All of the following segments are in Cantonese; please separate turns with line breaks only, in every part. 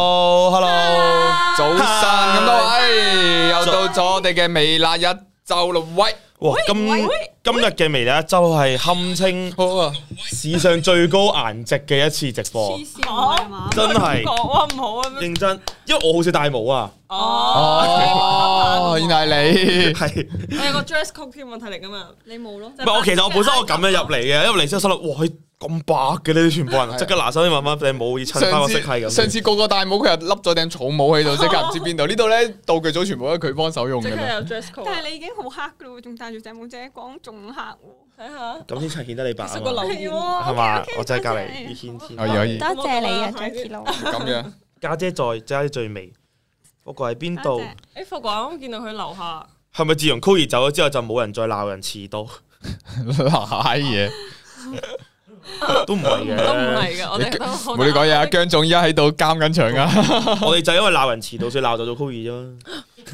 Hello，Hello，
早晨咁多位， 又
早
到咗我哋嘅微辣一周啦，喂，
哇！今
喂喂
今日嘅微辣一周係堪稱
好啊，
史上最高顏值嘅一次直播，真係
我唔好啊！
認真，因為我好少戴帽啊，
哦，原來 你
係。
我有個 dress code 添，問題嚟噶嘛？你冇咯？
唔係我其實我本身我咁樣入嚟嘅，因為嚟之後心諗，哇！佢咁白嘅呢啲全部人，即刻拿手啲慢慢你帽要襯翻
上
個
次
色係咁。
上次個個戴帽，佢又笠咗頂草帽喺度，即刻唔知邊 度。呢度咧道具組全部都係佢幫手用
即
嘅
刻
啦。
有 dress code，
但係你已經好黑噶咯，仲戴住隻帽仔光仲黑喎。
睇下
咁先襯顯得你白啊
識
嘛
個，留言喎，
係嘛？我就係隔離呢
啊
軒
可
天
以可以，
多謝你啊 Jackie
哦
咁 樣
家姐在，家姐最美。嗰個喺邊度
家？姐
誒霍哥啱啱見到佢樓下，
係咪自從 Koey 走咗之後就冇人再鬧人遲到？
嗱嘢，
都唔係嘅，
都唔係嘅，我哋都好
冇你講嘢啊！姜總依家喺度監緊場啊！
我哋就因為鬧人遲到，所以鬧咗咗 Koey 啫嘛。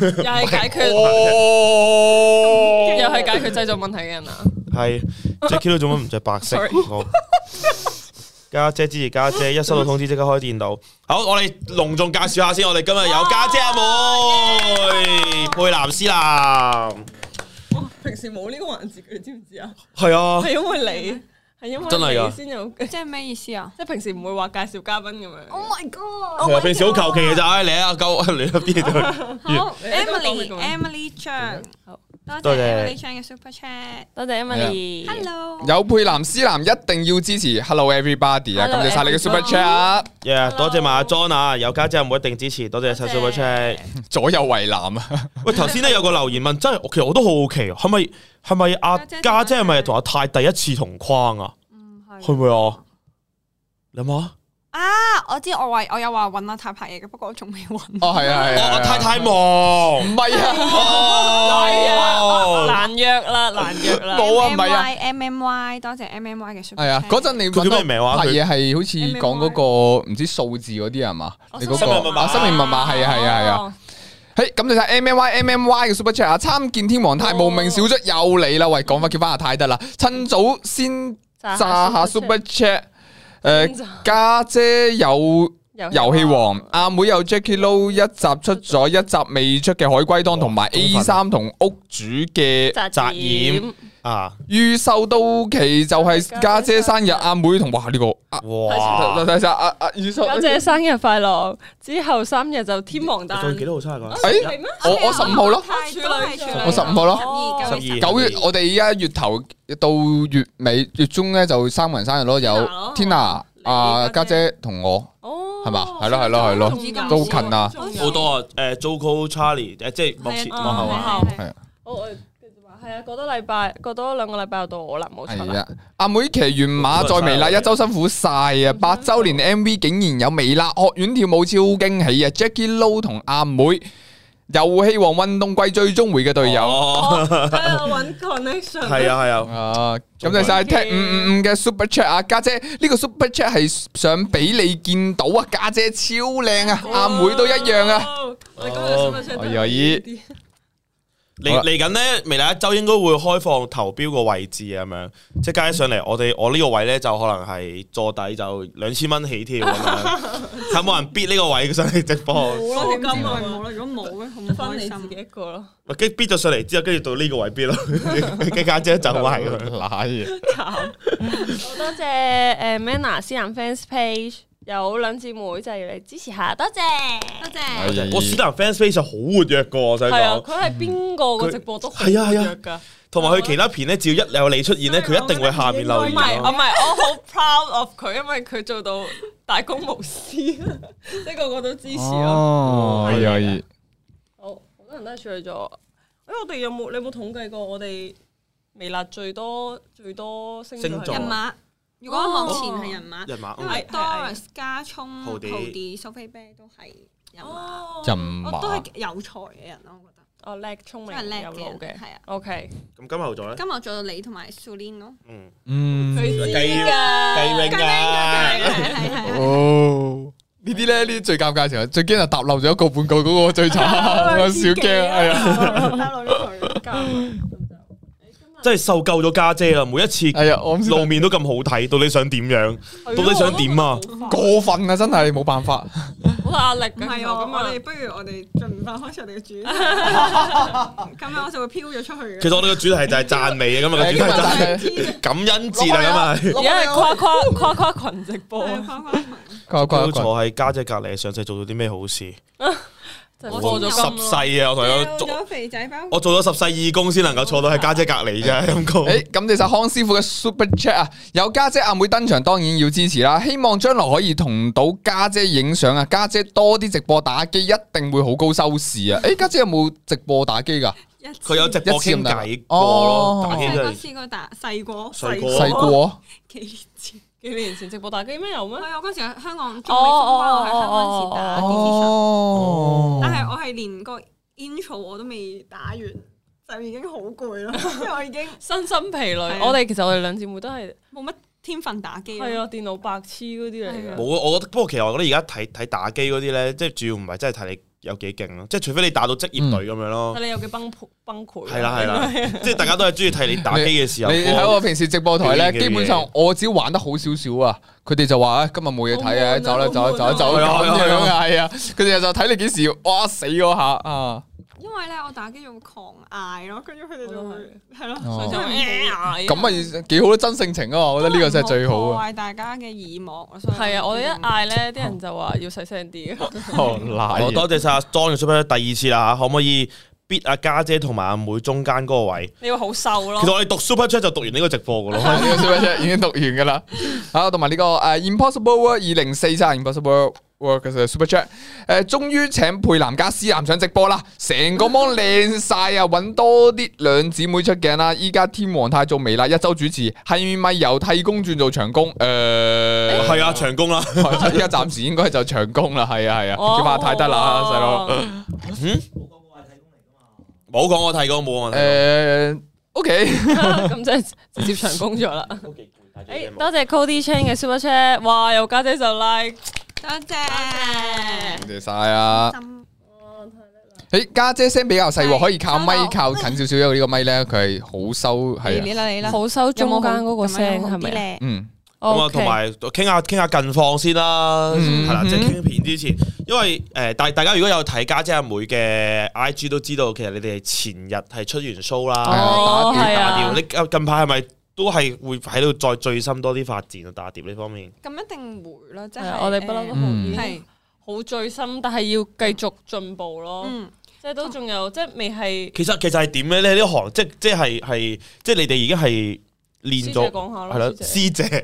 又係解決，
哦
又係解決製造問題嘅人啊！
係 Jackie 都做乜唔着白色
Sorry
好家姐支持家姐，一收到通知即刻開電腦。好，我哋隆重介紹下先，我哋今日有家姐阿妹佩南思南，
平時冇呢個環節嘅，你知唔知啊？
係啊，
係因為你，係因
真係
為
㗎
你先 有，即
即係咩意思啊
係平時唔會話介紹嘉賓咁樣。
？Oh my
其
god！
啊實平時好求其嘅咋，唉你啊夠， 你喺邊度？
好
你都講你講
Emily，Emily 張，
嗯
多
好
多
謝
謝 Emily 張嘅 super chat。
多謝
Emily
Hello，
有佩男思男一定要支持，Hello everybody 啊！
Hello
感謝晒你嘅 Super
everyone
Chat，啊
Yeah，多謝埋阿 John 啊，有家姐阿妹一定支持，多謝晒 Super
多謝
Chat。
左右為難啊！
喂，頭先咧有個留言問，真係我其實我都好好奇，係咪係咪阿
家姐
家姐係咪同阿泰第一次同框啊？
唔
係
係
咪啊？你諗下，
啊！我知我話我有話揾阿太拍嘢嘅，不過我仲未揾。
哦，係啊，係啊，
我太太忙，
唔係啊
哦
難約啦，難約啦。
冇啊唔係啊
，M M Y，多謝 M M Y 嘅 super
係啊，嗰陣你
佢叫咩名話
拍
佢
嘢係好似講嗰個唔知數字嗰啲係啊嘛？
哦
你嗰
生命密
個
碼
啊生命密碼係啊係啊係啊。
哦，
嘿，咁你睇 M M Y M M Y 嘅 Super Chat 啊，參見天皇太無名小卒又嚟啦！喂，講翻叫翻阿太得啦，趁早先炸下 Super Chat。誒家姐有
Dạ.
遊戲王，阿妹有 Jackie Lou 一集出咗，一集未出嘅海龜湯，同埋 A 三同屋主嘅
扎染啊！
預售到期就係家姐生日，阿妹同哇呢個啊
哇，
睇下阿阿預售，
家姐生日快樂！之後三日就天王誕，
到幾多號生日嗰
誒
係咩？
我我十五號咯，
太多係處女
我15號咯
十
十
二九
二
九
月
月我哋依家月頭到月尾月中咧就三個人生日咯，有 Tina 啊家姐同我，
哦，
係嘛係咯係咯係咯都好近啊
仲有
好多啊！誒，Joco Charlie 誒，即係目前
係
幕
啊
後啊，
啊
係啊係啊
我我繼續話係啊，過多禮拜，過多兩個禮拜就到我啦，冇錯
係
啦。
啊，阿妹騎完馬再微辣一周辛苦晒啊！八周年 M V 竟然有微辣學院跳舞超驚喜啊！Jackie Lou 同阿妹遊戲王運動季最終回嘅隊友。
哦
我睇下揾 connection。
係啊係啊，
啊，咁就晒聽五五五嘅 Super Chat 啊，家姐呢個 Super Chat 係想俾你見到啊，家姐超靚啊，阿妹都一樣啊，
哦！我哋今日 super
哎
chat
呀咦，
嚟嚟緊咧，未來一周應該會開放投標個位置啊咁樣，即係加起上嚟，我哋我呢個位咧就可能係坐底就兩千蚊起跳咁樣，有冇人 bid 呢個位上嚟直播？
好
我
啦
點知
點
咪
知咪
冇
冇
啦？如果冇咧，好唔
翻
開
你自己
心。
一個咯，
咪跟 bid 咗上嚟之後，跟住到呢個位 bid 咯，跟家姐走埋咁樣。
啊
嘢，
慘。好多謝誒 Manna 私人 fans page 有兩姊妹就係嚟支持下，多謝。
多
哎
謝。
呀
我史南 fans space 係好活躍噶，我想
係啊，
講。
佢係邊個個直播都
佢係啊係啊
噶。
同埋佢其他片咧，只要一有你出現咧，佢一定會下面留
唔
言哦
係，我
咯。
唔係，我好 ờ, proud of 佢，因為佢做到大公無私， 即係個個都支持咯。
哦，
可以可
以，
好，好多人都係處女座。誒，我哋有冇你有冇統計過我哋微辣最多最多星座係
星座
人
邊個？
馬，如果幕前係人馬。
人馬
因
嗯
為
係
Doris 加葱、
豪
豪
啲
啲、蘇菲啤都係人馬，
哦，
人
我都
馬
係有才嘅人咯，我覺得。
哦叻聰
真係叻
明
嘅
有腦嘅，
係啊
OK，
咁金牛座咧，
今日做到你同埋 Sulin 咯，
嗯，
嗯，
佢
計
知㗎，
計 wing 啊，
係係 係。
哦，呢啲咧呢啲最尷尬嘅時候，最驚係搭漏咗一個半個嗰個最慘，我少驚， 係啊，
打落咗佢，加埋咁就
真係受夠咗家姐啦！每一次
係啊，我唔知
露面都咁好睇，到底想點樣？到底想點啊？
係咯我都覺得好煩
過分啊，真係冇辦法，
好大壓力
唔
㗎。
係
其實
喎，
咁
我
啊
哋不如我哋盡快開始我哋嘅主題，咁樣我就會飄咗出去嘅。
其實我哋嘅主題就係讚美嘅，今日嘅主題就係感恩節啊，今日。
而家係跨跨跨跨群直播啊，
佢
佢佢
坐喺家姐隔離，上世做咗啲咩好事？
就
我做
係過
咗
咗金咯。
十世啊！我同你講，
掉
做
咗肥仔包，
我做咗十世義工先能夠坐到喺家姐隔離啫，陰公。
诶，咁其實康師傅嘅 Super Chat 啊，有家姐阿妹登場，當然要支持啦。希望將來可以同到家姐影相啊，家姐多啲直播打機，一定會好高收視啊！诶，家姐有冇直播打機㗎？
一次
佢有直播傾偈過
哦
咯，打機
細
真
個
係
試過打，細個
細個
細個
幾年前，
幾年前直播打機咩有
我？
咩
有嗰時喺香港仲未封關，我喺香港時打 DTV
哦，
但係我係連個 intro 我都未打完，就已經好攰 咯，因為我已經
身心疲累。
係啊
我哋其實我哋兩姊妹都係啊
冇乜天分打機咯。
係啊，電腦白痴嗰啲嚟
係啊
嘅。
冇啊！我覺得不過其實我覺得而家睇睇打機嗰啲咧，即係主要唔係真係睇你有幾勁咯，即係除非你打到職業隊咁樣咯
睇，你有幾崩潰崩潰。
係啦係 啦，即係大家都係中意睇你打機嘅時候。
嗯
哦
你睇我平時直播台咧，
表演嘅嘢
基本上我只要玩得好少少啊，佢哋就話啊今日冇嘢睇啊，
好悶啊
走啦走啦走啦走啦
好悶啊
咁樣啊，係啊，佢哋就睇你幾時，哇死嗰下啊！
因為咧我打機就會狂嗌咯，跟住佢哋就
我都
會係咯，
哦
所以就
真
會
咁
係咁
啊幾好啦，真性情啊！我覺得呢個真係最好
破
啊！
壞大家嘅耳膜，我想
係啊！我哋一嗌
嗯
咧，啲人就話要細聲啲。
哦，
好多謝晒阿 John 嘅 super Chat 第二次啦嚇，可唔可以 bit 阿家姐同埋阿妹中間嗰個位？
你要好瘦咯
其實。我哋讀 super Chat 就讀完呢個直播噶 咯。
呢個 super chat 已經讀完噶啦。好，同埋呢個誒 Impossible World 二零四三 Impossible World 嘅 super chat，誒終於請佩南加思南上直播啦，成個芒靚晒啊！揾多啲兩姊妹出鏡啦。依家天皇太做微辣一周主持，係咪由替工轉做長工？誒、
係啊，長工啦，
依家暫時應該就長工啦，係啊係啊，
哦
叫話太得啦，細佬。誒、。
哦冇講我睇過，冇我睇
o k
咁即係直接長工 咗啦。
嗯
誒，哎多謝 Cody Chan 嘅 Super Chat，哇！有家姐就 like，
多謝。
多謝晒啊！
心
誒家姐聲比較細喎，可以靠咪
係
靠近少少，因為呢個咪咧佢係好收係啊。
你啦你啦，
好收
有冇
中間嗰個聲
好
係咪啊？
咪？
嗯，
咁啊，
OK
同埋傾下傾下近況先啦，
嗯
係啦，
嗯
即係傾片之前，因為誒大大家如果有睇家姐阿妹嘅 I G 都知道，其實你哋前日係出完 show 啦，
哦，
打碟
係
打碟，
啊
你，近排係咪都係會喺度再最深多啲發展啊？打碟呢方面，
咁一定會啦，即
係
係
啊我哋不嬲都好
嗯
已
係
經好醉心，但係要繼續進步咯，
嗯
即係都仲有，即係未係
其實其實係點咧？呢行即即係係即係你哋已經係
師
練
姐
咗。
講下
係啦
咯，，師姐
師姐，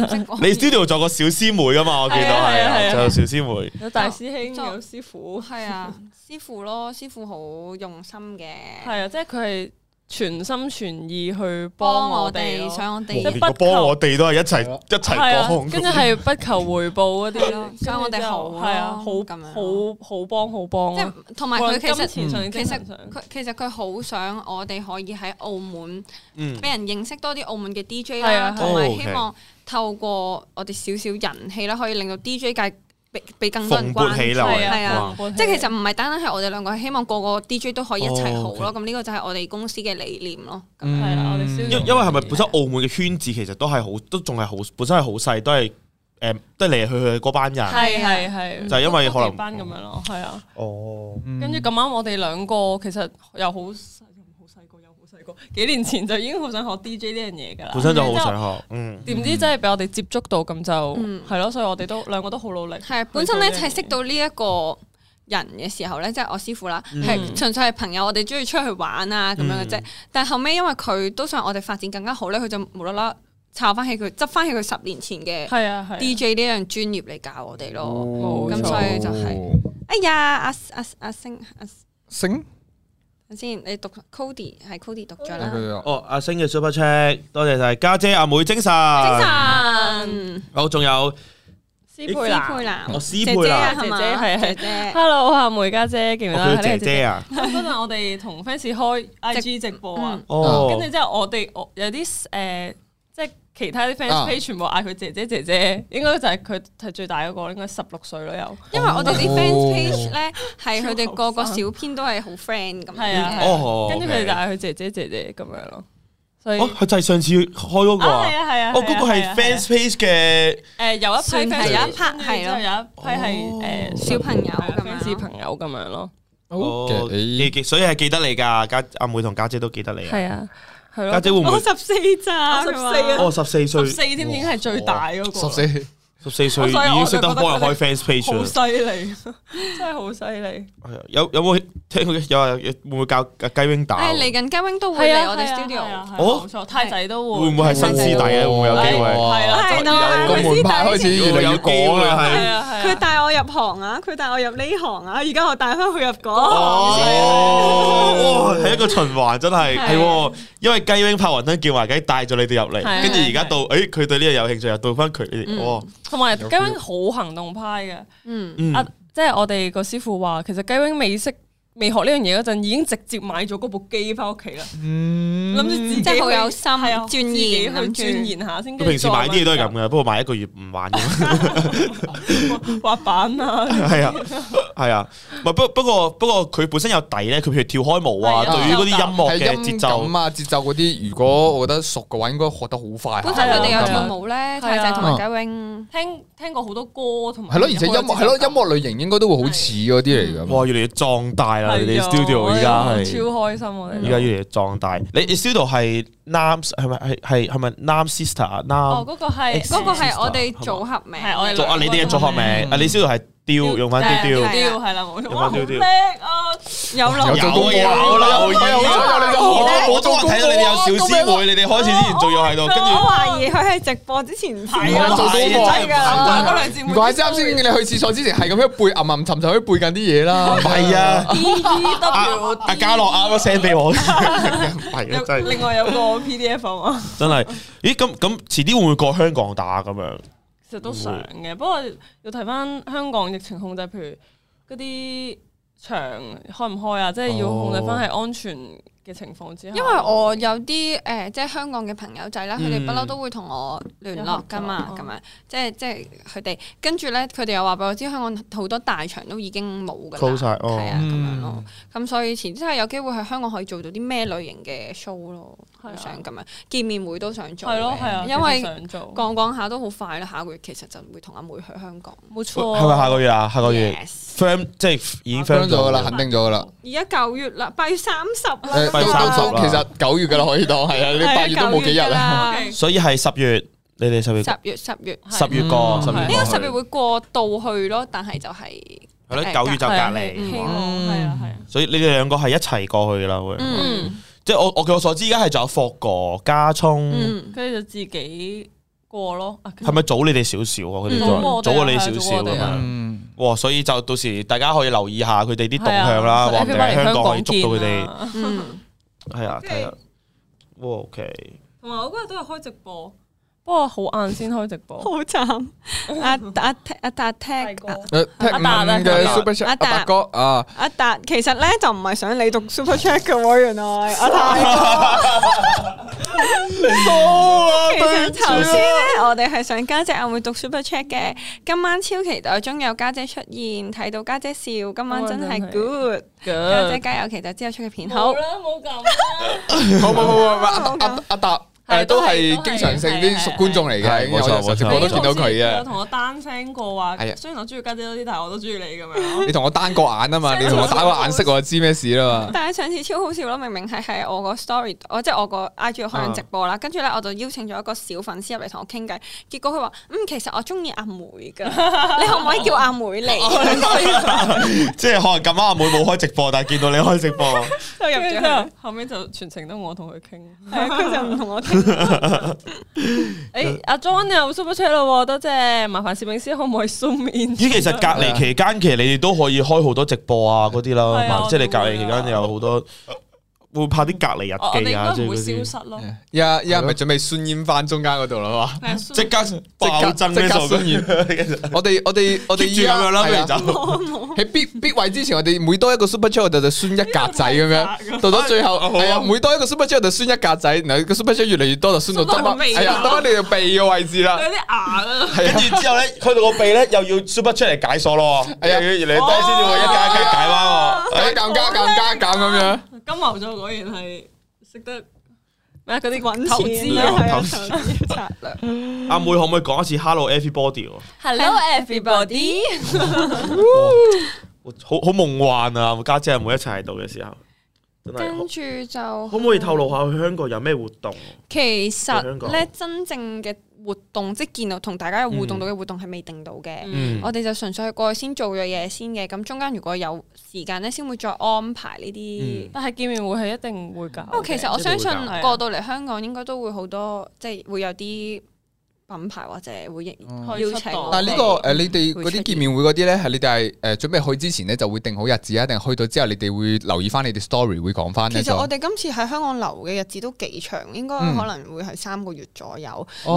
唔識講
你 studio 做個小師妹噶嘛？我記得
係啊
係
係啊係
啊，
啊
仲有小師妹。
有大師兄，
作
有師傅，
係啊，師傅咯，師傅好用心嘅，
係啊，即係佢係全心全意去
幫
幫
我
我
哋
哋咯，
上
我
我
即
哋
係
連個幫我哋都係一齊
係啊
一齊
係啊，
幫，
跟住係不求回報嗰啲
係
咯
咯，所以我哋好咯
係啊，好
咁樣
好好幫好幫
即
咯，
係同埋佢其實。嗯
錢上
其
其
實
實
佢其實佢好想我哋可以喺澳門
嗯
俾人認識多啲澳門嘅 DJ
係
啦，
啊
同埋
哦
希望透過我哋少少人氣啦，可以令到 DJ 界俾俾更多人
蓬勃
關注
起來
係啊係啊，
哇
即係其實唔係單單係我哋兩個，係希望個個 DJ 都可以一齊好
哦
咯。咁呢個就係我哋公司嘅理念咯。咁
嗯
係啦我哋啊燒
因因為係咪本身澳門嘅圈子其實都係好，都仲係好，本身係好細，都係誒，都係嚟嚟去去嗰班人。
係係係，
就係因為可能
多幾班咁樣咯，係啊。
哦，
跟住咁啱，我哋兩個其實又好細，又好細個，又好細個，幾年前就已經好想學 DJ 呢樣嘢㗎啦。
本身就好
之後。
想學，嗯，
點知真係俾我哋接觸到，咁就
嗯
係咯，所以我哋都兩個都好努力。
係本身咧就
去做呢樣嘢
係識到呢一個人嘅時候咧，即係我師傅啦，係純粹係朋友，我哋中意出去玩啊咁樣嘅啫
嗯。
但係後尾因為佢都想我哋發展更加好咧，佢就無啦啦抄翻起佢執翻起佢十年前嘅
係啊係啊
DJ 呢樣專業嚟教我哋咯。
哦
冇
咁所以就係哎呀，阿阿阿星阿
星
等先，你讀 Cody 係 Cody 讀咗啦。
哦，
哦，阿星嘅 super check，多謝晒家姐阿妹精神，
精
神，
神，
好，仲有
師
師
佩蘭
佩蘭
我師
姐
妹
姐啊，
啦，
係嘛
姐姐係係
姐 姐，
Hello，阿梅家姐，記唔記
我
得
叫佢
喺呢
姐
個
姐啊，
節目嗰陣我哋同 fans 開 IG 直播啊，
哦，
跟住之後我哋我有啲誒，即係其他啲
啊
fans page 全部嗌佢姐姐姐姐，應該就係佢係最大嗰個，應該十六歲咯又。
因為我哋啲
哦
fans page 咧係佢哋
超
個個
後生
小編都係好 friend 咁樣
係啊，
嘅，
係啊
嗯哦
跟住佢
OK
哋就嗌佢姐姐姐姐咁樣咯。所以
哦，佢就係上次開嗰個
啊，
啊
係，啊，係啊，
哦，嗰個
係啊
係 fans page 嘅，
誒有一批
算係
fans，
有一 part
跟住之後
係咯啊
有一批係誒
小朋友咁樣
fans 朋友咁樣咯，
哦，
OK
記記所以係記得你㗎，家阿妹同家姐都記得你啊，
係啊，係
家
咯，
姐會唔
我
會？
十四咋，
我
佢話
14啊
哦，十四歲
十，四添已經係最大嗰個，
十四
十四歲已
所以我
經
就
識得
覺得
幫人開
佢哋
fans page
好
啦。
犀利， 真係好犀利。
係啊有有冇聽過 有話有會唔會教雞 wing 打？
誒嚟緊嘉榮都會嚟我哋
係啊
studio，
係啊
哦
冇錯，太仔都會
會唔會係新師弟啊咧？會唔會有機會？
係啊
有
係 啦，
個
個
門派 開始越嚟
有
越
機會
廣啦，
係
係。
啊係啊
佢帶我入行啊，佢帶我入呢行啊，而家我帶翻佢入嗰行先。
哦哦，哇，係一個循環，真係
係
係喎，因為雞 wing 拍雲吞叫埋雞帶咗你哋入嚟，
係
跟住而家到，誒佢對呢個有興趣，又到翻佢哋，
嗯
哇，
同埋雞 wing 好行動派嘅，
嗯，
嗯
啊，即係我哋個師傅話，其實雞 wing 未識未學呢樣嘢嗰陣，已經直接買咗嗰部機翻屋企啦，
嗯
諗住自己
即係好
去
有心
係啊
鑽
自己
研諗住
去鑽研下先。
佢平時買啲嘢都係咁
嘅
嘅，不過買一個月唔玩嘅，
滑板啊，
係啊，係啊，唔係不不過不過佢本身有底咧，佢譬如跳開舞啊，
係
對
啊
於嗰啲音樂嘅節奏，
啊，節奏嗰啲，如果我覺得熟嘅話，應該學得好快。
本身佢哋有
係啊
跳舞咧，太仔同埋雞 wing，
聽聽過好多歌同埋
係咯，而且音樂係咯，音樂類型應該都會好似嗰啲嚟㗎。
哇，越嚟越壯大啦！你哋
啊
studio 而家
超
係，
開心我
而家
哋。
越嚟越壯大。你你 studio 係 nam 係咪係係係咪 nam sister 啊
哦，
nam？
嗰個係
嗰個係我哋組合名，
係我哋
做啊！你哋嘅組合名啊，你 studio 係雕用翻雕雕
雕。
雕係啦，啊冇錯，
有
哇
冇雕
好
雕
叻啊！
有
有留
有做功課啊
勞
意啊
有有你就學
我都話睇到你哋有小師妹，你哋開始之前仲要喺度，跟
我
住
懷疑佢係直播之前
係啊
做功
係真
課
係唔
啊
哇
簡
嗰
單
兩節目
唔怪之啱先，你去廁所之前係咁樣背吟吟沉沉去背緊啲嘢啦
唔。係啊，
E E
阿
W
阿嘉樂啱啱 send 俾我，係啊
有
真係
另外有 個 PDF 啊嘛，
真係，咦咁咁遲啲會唔會過香港打咁樣？
其實都想嘅，不過要睇翻香港疫情控制，譬如嗰啲場開唔開啊，即係要控制翻係安全嘅情況之下。
因為我有啲誒、呃即係香港嘅朋友仔啦，佢哋不嬲都會同我聯絡噶嘛，
有合
咁
作
樣
啊
即係即係佢哋跟住咧，佢哋又話俾我知香港好多大場都已經冇噶
Close
啦，
晒哦
係啊咁樣
嗯
咯。咁所以前真係有機會喺香港可以做到啲咩類型嘅 show 咯，
係啊
我想咁樣見面會都想做嘅，
係咯係啊，
因為
想做
講講下都好快啦，下個月其實就會同阿妹去香港。
冇錯，
係咪下個月啊？下個月
Yes
firm 即係已經
firm
firm
咗㗎
咗
啦，肯定咗㗎啦。
而家九月啦，八月三十
誒，
啦，
都
八月三十
都
啦
其實九月㗎啦，可以當係啊，你
係啊
八月都冇幾日
九月㗎
啦。
啦
OK
所以係十月，你哋十月
十月十月。
十月過，
嗯
十月
呢個
過
十月
去
會過渡去咯，但係就係
係啊咯，九月就隔
係希
離，
望係啊係啊，
所以你哋兩個係一齊過去噶啦，會。
嗯
即係我我據我所知，而家係仲有霍哥、加聰，
嗯
跟住就自己過咯。啊
係咪早你哋少少啊？佢哋
早過
早
我哋啊
早過你少少咁
係啊早過我哋
樣。
嗯，
哇！所以就到時大家可以留意下佢哋啲動向
係
啦，
啊
或者
佢哋
喺香
嚟
港可以
港
捉到佢
見
哋。
啊
嗯，
係啊，
即係
睇下。哇，OK，
同埋我嗰日都有開直播，不過好晏先開直 播。
好慘！ 阿阿阿達踢
誒，聽
阿達啊
五
阿
嘅
達
Super Chat，阿
阿達
達哥啊，
阿達，其實咧就唔係想你讀 Super Chat 嘅喎，原來阿 達。其實頭先咧，我哋係想家姐阿會讀 Super Chat 嘅，今晚超期待中有家姐出現，睇到家姐笑，今晚啊真係
哇真係
good。家
嗯
姐加油，期待之後出嘅片好。
啦，冇咁啦。
好冇冇冇冇，阿阿阿達誒
係
都
都
係
係
經常性啲熟觀眾嚟嘅，
係冇錯
有時直啊播都見到佢
有
嘅。
同我單聲過話
係啊，
雖然我中意家姐多啲，但係我都中意你咁樣。
你同我單個眼啊嘛，你同我打個眼色，我就知咩事啦嘛。
但係上次超好笑咯，明明係喺我個 story，我即係我個 IG
啊
開緊直播啦，跟住咧我就邀請咗一個小粉絲入嚟同我傾偈，結果佢話：嗯，其實我中意阿妹 㗎，你可唔可以叫阿妹嚟？
即係可能咁啱阿妹冇開直播，但係見到你開直 播，
都入
跟住
咗
之後
去，，
後尾就全程都我同佢傾。
係啊佢就唔同我傾。
誒，哎阿 John 又 super chat 咯，多謝，麻煩攝影師可唔可以 zoom in？
咦？其實隔離期間，其實你哋都可以開好多直播啊，嗰啲
係
啦
啊，
即係你隔離期間有好多會拍啲隔離
我我
日
哋
記啊，即
哦
係
應該唔會
嗰啲
消失咯。
一一係咪準備酸煙翻中間嗰度啦嘛？
即
即
刻爆增
即刻
呢首歌
宣言我哋我哋我哋
住咁樣啦，不
啊
如就
喺必必位之前，我哋每多一個 super chat 我哋就酸一格仔咁 樣，到咗最後
好啊
係啊，每多一個 super chat 我就酸一格仔，然後個 super chat 越嚟越多就 酸到得
酸到
翻，
鼻
係啊，得翻你個鼻嘅位置啦
有。啲牙啊！
跟 住之後咧，去到個鼻咧又要 super 出嚟解鎖咯，
係啊哦
又要越嚟越多先至會一格一格解翻喎。
哎，尷尬尷尬尷咁樣。
金牛座果然係識得咩啊嗰啲
揾
投
錢
資
啊，
啊
係 啊
投
投
資
資策 略。
阿妹可唔可以講一次 Hello Everybody 喎
Hello everybody，
好好夢幻啊！家姐阿妹一齊喺度嘅時候，真
跟
係
住就
可唔可以透露下去香港有咩活動？
其
香
實
港
咧真正嘅活動，即係見到同大家有互動到嘅活動係未定到嘅。
嗯
我哋就純粹係過去先做咗嘢先嘅，咁中間如果有時間咧，先會再安排呢啲
嗯。
但係見面會係一定會搞嘅。
不過哦其實我相信
即係會
搞
過到嚟香港應該都會好多，即係會有啲品牌或者會
嗯
可以
邀請
出道
我哋。
但係呢個誒，你哋嗰
會出
啲
現
見面會嗰啲咧，係你哋係誒準備去之前咧就會定好日子啊，定係去到之後你哋會留意翻你哋 story 會講翻咧？
其實我
哋
哋今次喺香港留嘅日子都幾長，應該
嗯
可能會係三個月左右。
哦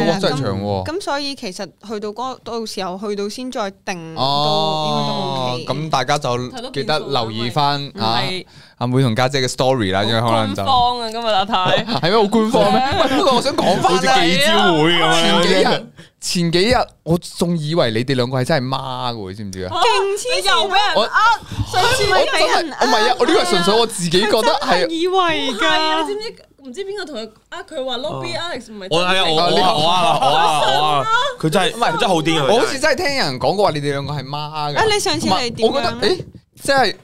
係，啦啊
哇真係
咁
長喎。
咁所以其實去到嗰到時候去到先再定
哦
都，應該都 OK
咁。大家
睇
就
到
記得
變數啦
留意翻
嗯
唔
啊
係
阿妹同家姐嘅 story 啦，因為可能
官
就
方啊，今日阿太。
係咩好官方咩？喂，不過我想講
啊好
翻
似
咧，
記招會咁
前
樣。
幾日前幾日我仲以為你哋兩個係真係孖嘅，你知唔知啊？
勁黐線，俾人呃
我
上次
我真係我唔係啊！我呢個係純粹我自己覺得係
以為
係啊，
㗎
你。知唔知？唔知邊個同佢啊？佢
哦
話 lobby Alex 唔係
我係啊，我
啊
我
呢個
啊我啊我啊我啊，佢真係
唔係
佢真係好癲啊！
我好似真係聽人講過話，你哋兩個係孖嘅。
啊你上次係點
唔係我覺
樣
得誒，即係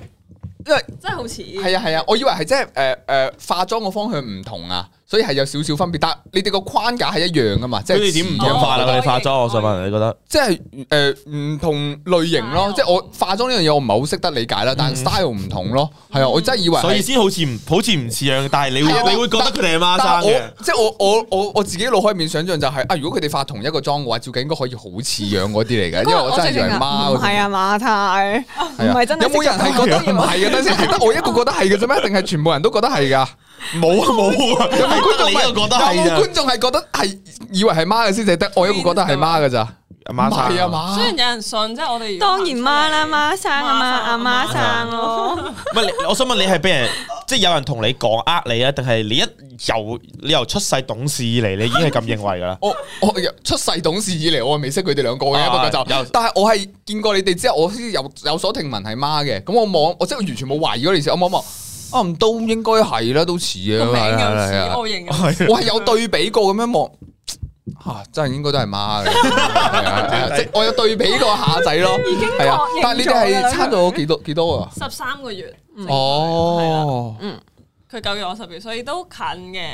因為
真係好似係
係啊係啊，我以為係即係誒誒化妝個方向唔同啊，所以係有少少分別。但係你哋個框架係一樣噶嘛，即
佢
係
哋點唔同
同
啊化
化
啦？
啦
你
你
化
化
妝，
妝
我
我
想
想
問
問
你覺得？
即係誒唔同類型咯。
Style
即係我化妝呢樣嘢我唔係好識得理解啦，但係 style 唔同咯，係啊，我真係以為係
嗯所以先好似唔好似唔似樣，但係你
係啊
會你會覺得佢哋係孖
但係
生嘅。
我即係我我我我自己腦海面想象就係、啊，如果佢哋化同一個妝嘅話，照鏡應該可以好似樣嗰啲嚟嘅，因為我真係以為貓
唔係啊，馬太，唔係真係
有冇人係覺得唔係嘅？等先，係得我一個覺得係嘅啫 咩？定係全部人都覺得係噶？
冇啊冇啊，有冇
觀眾
你又覺得
有
係
冇
啊？
觀眾係覺得係以為係貓嘅先至得，我一個覺得係貓嘅咋？唔
孖生
係啊嘛
雖然有人信，即係我哋
當然媽啦，媽生啊嘛，阿媽
媽
生
生
咯，
唔係，你我想問你係俾人，即係有人同你講呃你啊，定係你一由你由出世懂事以嚟，你已經係咁認 為㗎啦？
我我出世懂事以嚟，我係未識佢哋兩個嘅，
啊
不過就
有
但係我係見過你哋之後，我先有有所聽聞係媽嘅。咁我望，我即係完全冇懷疑嗰件事，我望一望，啊唔都應該係啦，都似啊，
個名
係
又
啊係
似
啊
外形又似，
係
我係有對比過咁樣望。 啊，真係應該都係媽嘅，係啊係啊 即係我有對比過下仔咯，係啊
確認，
但係你哋係差咗幾多幾多啊？
十三個月。
哦，
佢九月我十月，所以都近嘅。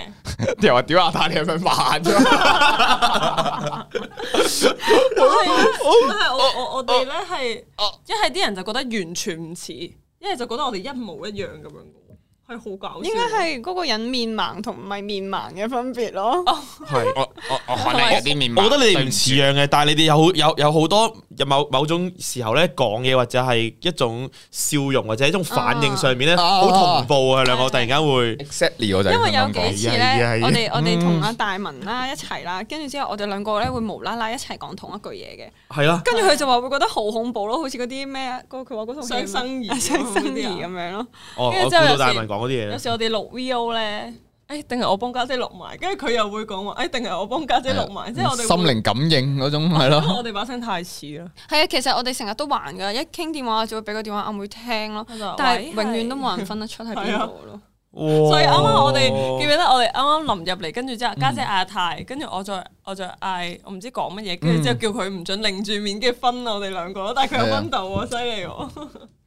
啲人話屌阿太你係咪慢咗？
但係但係我我我哋咧係一係啲人就覺得完全唔似，一係就覺得我哋一模一樣咁樣嘅喎，係好搞笑。
應該係嗰個人面盲同唔係面盲嘅分別咯。
係。
我我我可
能有
啲面
我覺得你哋唔
啊
似樣嘅，但係你哋有好有有好多有某某種時候咧講嘢或者係一種笑容或者一種反應上面咧，
啊啊
好同步啊！兩個突然間會
exactly 我就係
因為有
咁講
幾次
係啊係啊
咧
係啊，
我哋我哋同阿大文啦一齊啦，跟住之後我哋兩個咧會無啦啦一齊講同一句嘢嘅，
係啦，
跟住佢就話會覺得好恐怖咯，好似嗰啲咩啊嗰個佢話嗰套
想生 兒
啊想生兒咁
咁
樣咯。
哦，
跟
我
住
估
之後
到
有時
大文講嗰啲嘢
有
啦，
時我哋錄 VO 咧，誒，定係我幫家姐錄埋，跟住佢又會講話，誒，定係我幫家
Ờ,
姐錄埋，即係我哋會
啊心，靈感應嗰種係
因為
咯，
我哋把聲太似啦，
係啊，其實我哋成日都還噶，一傾電話就會俾個電話阿妹聽咯
我就話，
但係
喂
永遠都冇人分得出係邊 個
啊
咯。
所
所以啱啱我
哦
哋記唔記得我哋啱啱臨入嚟，跟住之後家姐嗌阿泰，跟住我再我再嗌，我唔知講乜嘢，跟住之後叫佢唔准擰住面，跟住分我哋兩個咯，但係佢有温度喎，犀利喎，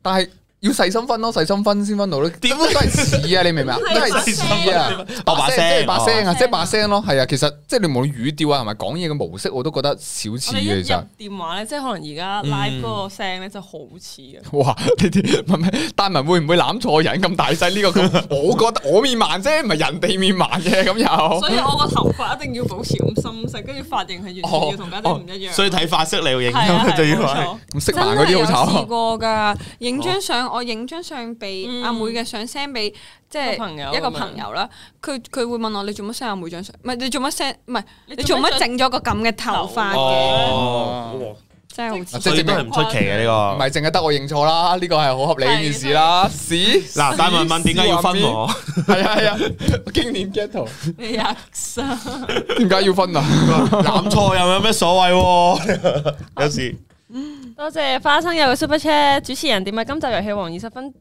但係要細心分咯，細心分先分到咯，
點
都係似啊，你明唔明啊？都係似啊，
我把
即係
聲，
把聲啊，
哦
即係把聲咯，係啊，其實即係你無論語調啊，同埋講嘢嘅模式，我都覺得少似
我哋一
嘅其實。
入電話咧，即係可能而家 live 嗰個聲咧，真係好似嘅。
哇！呢啲唔係大文會唔會攬錯人咁大細呢個咁？我覺得我面盲啫，唔係人哋面盲嘅咁又
所。以我個頭髮一定要保持咁深色，跟住髮型係完全要同家姐唔一樣。
哦所以睇髮色你會影
係啊
響，就要
係
係
啊冇錯
咁識
真
盲嗰
係有
啲好
試
慘。啊
過㗎，影張相，我影張相俾
嗯
阿妹嘅相 send 俾即係
個朋友啊
一個朋友啊啦。佢佢會問我你做乜 send 阿妹張相？唔係你做乜 send？唔係
你
你做
做
乜
乜
整咗個咁嘅頭髮嘅？
哦，
真係好似
啊
所以都係唔出奇嘅呢
唔
個。
係淨係得我認錯啦，呢個係好合理嘅件事啦。屎
嗱，大文問點解要分？我？
屎係啊係啊，經典 get 圖，
你吔生
點解要分 啊？
攬錯又有咩所謂喎？有時
啊多謝花生友嘅 super chat，主持人點解今集遊戲王二十分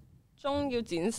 鐘要剪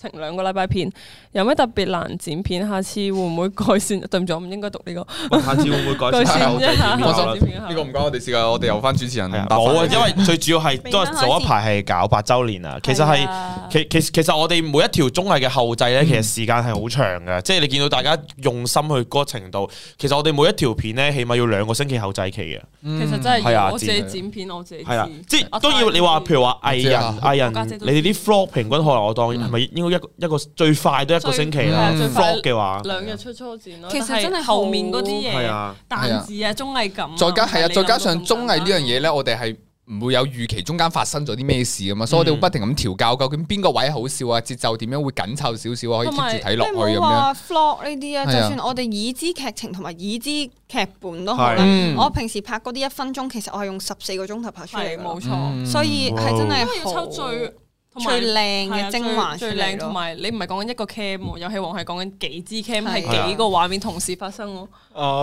成兩個禮拜片，有咩特別難剪片？下次會唔會改善？對唔住，我唔應該讀呢個。
下次會唔會改
改善
善
一下
我就
剪片
呢個唔關我哋事噶，我哋由翻主持人
係啊
答
冇啊，
返
因為最主要係都係早一排係搞八周年啊，其實係。
係
其其其實我哋每一條綜藝嘅後製咧，其實時間係好長嘅，即係你見到大家用心去嗰個程度，其實我哋每一條片咧，起碼要兩個星期後製期嘅，
嗯
其實真係
係啊
要我自己剪啊片，我自己
係啦
知，
即
我
係當然你話譬如話藝人
我知啊
藝人
我家姐，都知
你哋啲 vlog 平均可能我當
嗯
係咪應該一個一個最快都一個星期啦
最
啊快
，vlog 嘅話
兩日出初剪咯。
其實
但係
真係好
後面嗰啲
係
嘢，
啊，
彈字啊、綜藝感啊，
再加係啊，
唔你
再加上
諗到
綜藝
咁
呢
簡單
樣嘢咧，我哋係唔會有預期中間發生咗啲咩事噶嘛，所以我哋會
嗯
不停咁調教，究竟邊個位好笑啊，節奏點樣會緊湊少少啊，可以
同埋
keep 住睇落
你
去咁
冇
樣。
話 flog 呢啲啊，
係啊
就算我哋已知劇情同埋已知劇本都好
係
啦。
嗯
我平時拍嗰啲一分鐘，其實我係用十四個鐘頭拍出嚟
係
㗎
啊冇錯，
嗯
所以係真
因
係
為要抽最同埋
最靚
係啊
嘅精華出
最最
嚟
靚，
咯
同埋你唔係講緊一個 cam，喎遊戲王係講緊幾支 cam，係
係
啊
幾個畫面同時發生咯。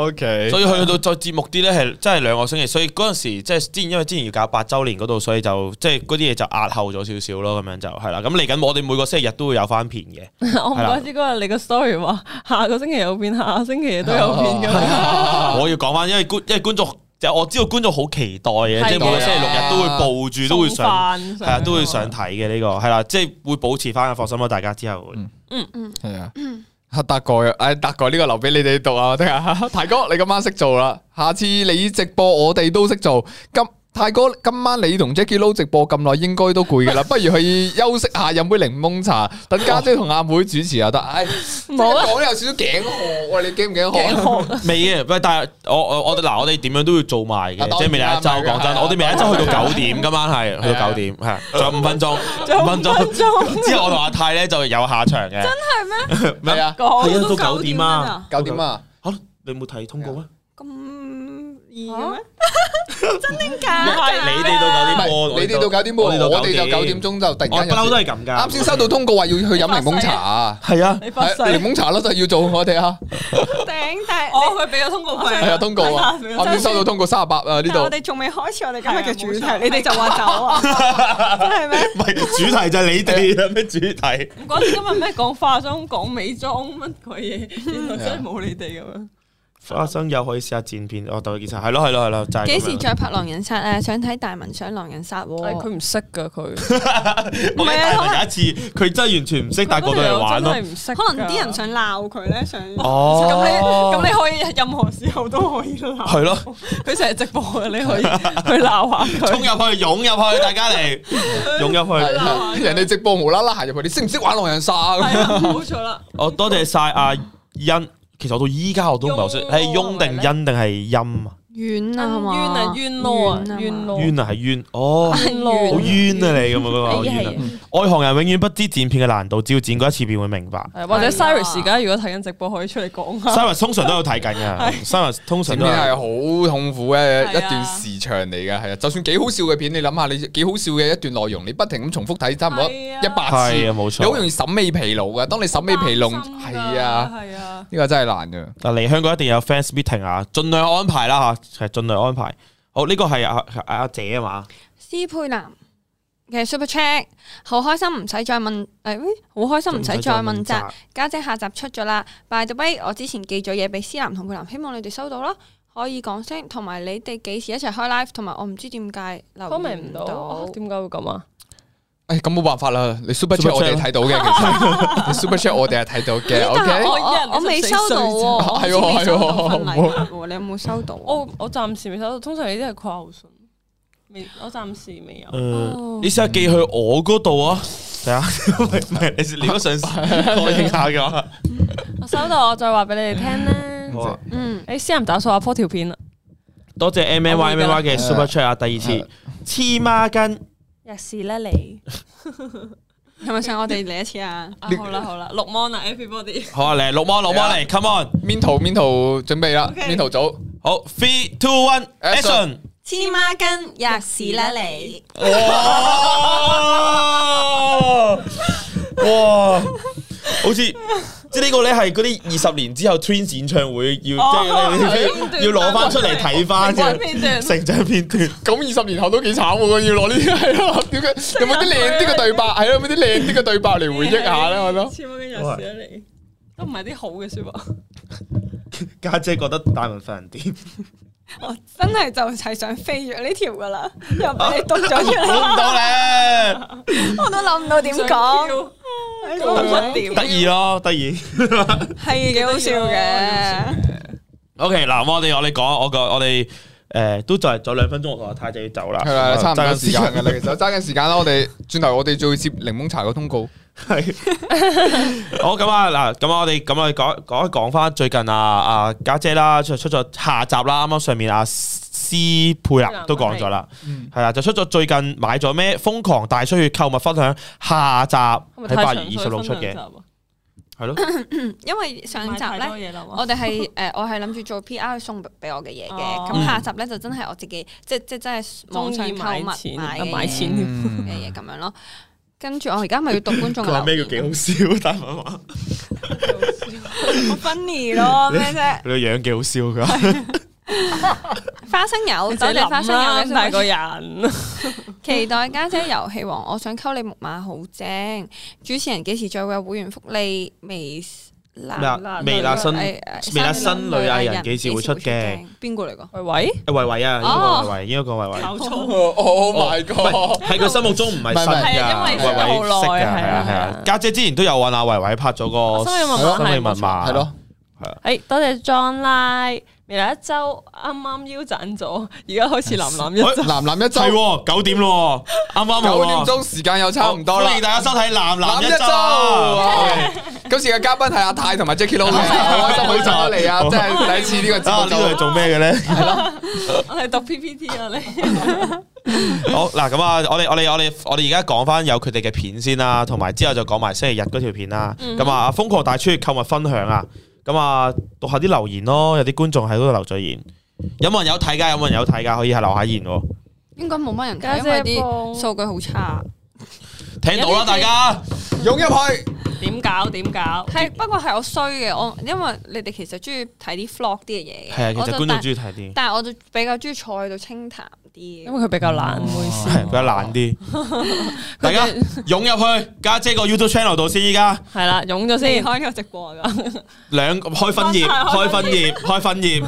OK，
所以去到再節目啲咧係真係兩個星期，所以嗰陣時即係之前因為之前要搞八週年嗰度，所以就即係嗰啲嘢就壓後咗少少咯，咁樣就係啦。咁嚟緊我哋每個星期日都會有翻片嘅。
我唔怪之嗰日你個 story 話下個星期有片，下星期都有片咁。
我要講翻，因為觀因為觀眾就我知道觀眾好期待嘅，
係
即係每個星期六日都會報住，都會上，
飯
係啊，都會上睇嘅呢個係啦，即係會保持翻嘅放心咯。大家之後會
嗯係啊，黑達哥啊，唉，達哥呢個留俾你哋讀啊，聽下。 泰哥，你今晚識做啦，下次你直播我哋都識做。今泰哥，今晚你同 Jackie Lou 直播咁耐，應該都攰 噶啦，不如去休息下，飲杯檸檬茶，等家姐同阿妹主持又得。唉，
冇啊
講有少少頸渴，喂，你驚唔驚渴？
未嘅，喂，但係我我我哋嗱，我哋點樣都要做埋
啊
嘅，
當然
即係未來一周
啦
講真，我哋未來一周去到九點，今晚係去
係啊
到九點，係仲有五分鐘，
仲有
五
五
分
分
鐘
鐘
之後，我同阿泰咧就有下場嘅。
係啊，
係啊
講
都九點啊
九點啊，
嚇，你冇睇通告咩？
咁易
嘅
嘅
咩
咩？
你哋到九點
唔
半，
係你哋到九點半，
我哋到
我哋就九點鐘就突
我
然
不
間有
嬲
事
都。係咁㗎。
啱先收到通告話要去飲檸檬茶，
係啊，
你發
係
誓，
檸檬茶咯，就係要做我哋啊。
頂！但係
我佢俾咗通告費，
系啊，通告啊，我先收到通告三十八啊，呢
但係我
度
哋仲未開始我哋今日嘅主
係啊冇錯
題，你哋就話走 啊？真係咩？
唔係主題就係你
啊
哋啦，咩主題？
唔怪你今日咩講化妝、講美妝乜鬼嘢，原來真係冇你哋咁樣。
花生又可以試下剪片，哦，豆嘅檢查係咯係咯係咯，就係
幾
咁樣
時再拍狼人殺啊？想睇大文想狼人殺
但係
喎。
佢唔識噶佢，
我
唔係
記
啊
得有一次佢真係完全唔識，但係過到嚟玩咯
真。係唔識㗎。
可能啲人想鬧佢咧，想
哦，
咁你咁你可以任何時候都可 以鬧。
係咯，
佢成日直播嘅，你可以 去鬧下
衝入
佢。
去，湧入去，大家 嚟，湧入去。
啦
人哋直播無啦啦行入去，你識唔識玩狼人殺啊咁
係啊，冇錯啦。
我哦多謝晒阿欣，其實我到依家我都唔係好識，
哦
翁
係翁定欣定係音啊？
冤
冤
啊嘛，
啊冤咯啊
啊
冤咯
冤啊係冤，哦，
冤咯，
好冤啊你咁 啊，
係
嗰個
哎
冤
係
啊！外行人永遠不知剪片嘅難度，只要剪過一次便會明白。
係或者
係啊
Cyrus 而家如果睇緊直播，可以出嚟講下。
Cyrus 通常都有睇緊 嘅，Cyrus 通常
整
都
片
有。
係好痛苦嘅
啊
一段時長嚟嘅，係啊，就算幾好笑嘅片，你諗下你幾好笑嘅一段內容，你不停咁重複睇，差唔多
係啊
一
係
百次，
啊，冇
你好容
錯。
易審美疲勞嘅。當你審美疲勞，
擔心㗎
係啊，，
係啊。
呢個真係難嘅。
但嚟香港一定有 fans meeting 啊，盡量安排啦吓，係盡量安排。好，呢個係阿阿阿姐啊嘛，
施佩南嘅 Super Check，好開心唔使再問，誒、喂好開心唔使再問責。家姐下集出咗啦，by the way，我之前寄咗嘢俾思南同佩南，希望你哋收到啦。可以講聲，同埋你哋幾時一齊開 live，同埋我唔知點解留
comment
言
唔
唔
到，啊
到。哦
點解會咁啊？
誒，咁冇辦法啦，你 super
Super
chat 我哋
Chat
係睇到嘅，其 實你 super chat 我哋係睇到嘅
但
，OK。
係我
我一人
我我未收到喎，我好似未收到份禮物喎，哦你有冇收到？
哦
我我暫時未收到，通常呢啲係括號信，未我暫時未有。
嗯
嗯
哦
誒，你試下寄去我嗰度啊，睇下，唔係 你你如果想確認下嘅話，
我收到，我再話俾你哋聽
好
啦。
啊，
嗯，
誒，私人打掃下波條片啦。
多謝 M M Y
我
M
會㗎
M
啦
Y 嘅 Super Chat 啊，第二次黐孖筋，
日是啦你。
係咪想我哋嚟一次啊？
啊好啦好啦，六 mon 啊，everybody。
好啊嚟，六芒六芒嚟，Come on，
面圖面圖準備啦，
OK
面圖組。
好，three two one action，
黐孖筋，吔屎啦你！
哇，哇，好似即係呢個咧係嗰啲二十年之後 Twins 演唱會要即
哦
係 你你要攞翻出嚟睇翻
成長片段
嘅成長片段。
咁二十年後都幾慘喎，要攞呢啲係咯，點解有冇啲靚啲嘅對白？係咯，有冇啲靚啲嘅對白嚟回憶下咧？我覺得
千蚊嘅有事啊你，都唔係啲好嘅说話。
家姐覺得大文份人點？
我真係就係想飛咗呢條噶啦， 又俾你讀咗出
估
嚟，
唔到咧，
我都諗唔到點講，哎
講？咁點？
得意咯，得意。
係幾好笑嘅。
O K，嗱，我哋我哋講我個我哋誒都就係仲有兩分鐘，我同阿太就要走啦，啊
係啦，差唔多時間
爭緊
㗎啦，其實揸緊時間啦，我哋轉頭我哋就會接檸檬茶嘅通告。
系好咁啊嗱，咁我哋咁我哋講講一講翻最近啊啊家姐啦，出出咗下集啦，啱啱上面啊斯佩立都講咗啦，係啦，就出咗最近買咗咩瘋狂大需要購物分享下集
啊
喺八月二十六出嘅，係咯，
因為上集咧。
咧，
我哋係誒，我係諗住做 P.R. 送俾我嘅嘢嘅，
哦
咁下集咧就真係我自己，即即真係網上購物買嗯
中意買錢啊買
嘅
錢
嘢嘅嘢咁樣咯。跟住我而家咪要讀觀眾
佢話
嘅
咩
留
叫幾
言，
好笑，大文話
好 funny 咯咩啫？
佢個樣幾好笑㗎，
花生
我
油，多
哋
謝花
諗
生油
啦
嘅，
大
super
個人，
期待家姐遊戲王，我想溝你木馬好正。主持人幾時再會有會員福利？微辣
微辣啊新
哎哎
微辣新女藝人幾時會出嘅？
邊個嚟噶？
喂喂，
維維啊，應該講維維，應該講維維。
搞錯，
Oh
喺佢心目中唔係新
唔係
㗎，
唔係係
啊因為
維維識
好
㗎，
耐
係啊係
係
啊
啊。
家姐之前都有揾阿維維拍咗個
心理密碼
心理密
係冇
碼，
係咯，
誒多謝 John 拉，未來一周啱啱腰斬咗，而家開始淋淋一
哎
陣，
男男一周
係喎九點咯喎，啱啱好
九點
喎
鐘時間又差唔多
好
啦
歡迎。大家收睇《男男
男
一
一
周》啊
周，今次嘅嘉賓係阿泰同埋 Jackie Lou，好開心好請我嚟啊！真係第一次呢個
啊！呢
節目
度係
就
做咩嘅咧？
我係讀 PPT 啊你，
好嗱，咁啊，我哋我哋我哋我哋而家講翻有佢哋嘅片先啦，同埋之後就講埋星期日嗰條片啦。咁啊，瘋狂大出去購物分享啊！咁啊，讀下啲留言咯，有啲觀眾喺嗰度留咗言。有冇人有睇㗎？有冇人有睇㗎？可以係留下言喎。
應該冇乜人
家
睇，因為
姐
啲數據好差。
聽到啦，大家。
湧入去。
點搞點搞，
係，不過係我衰嘅，我因為你哋其實中意睇啲 vlog 啲嘅嘢嘅，
係啊，其
我
實
就
觀眾
但
中意睇啲，
但係我就比較中意坐喺度清談啲
因。為佢比較懶，唔好意思。
係比較懶啲。大家湧入去家姐個 YouTube channel 度先，依家
係啦，湧咗
離
先，
開呢個直播㗎，
兩 開分頁，開
開
分
分
頁，開分頁，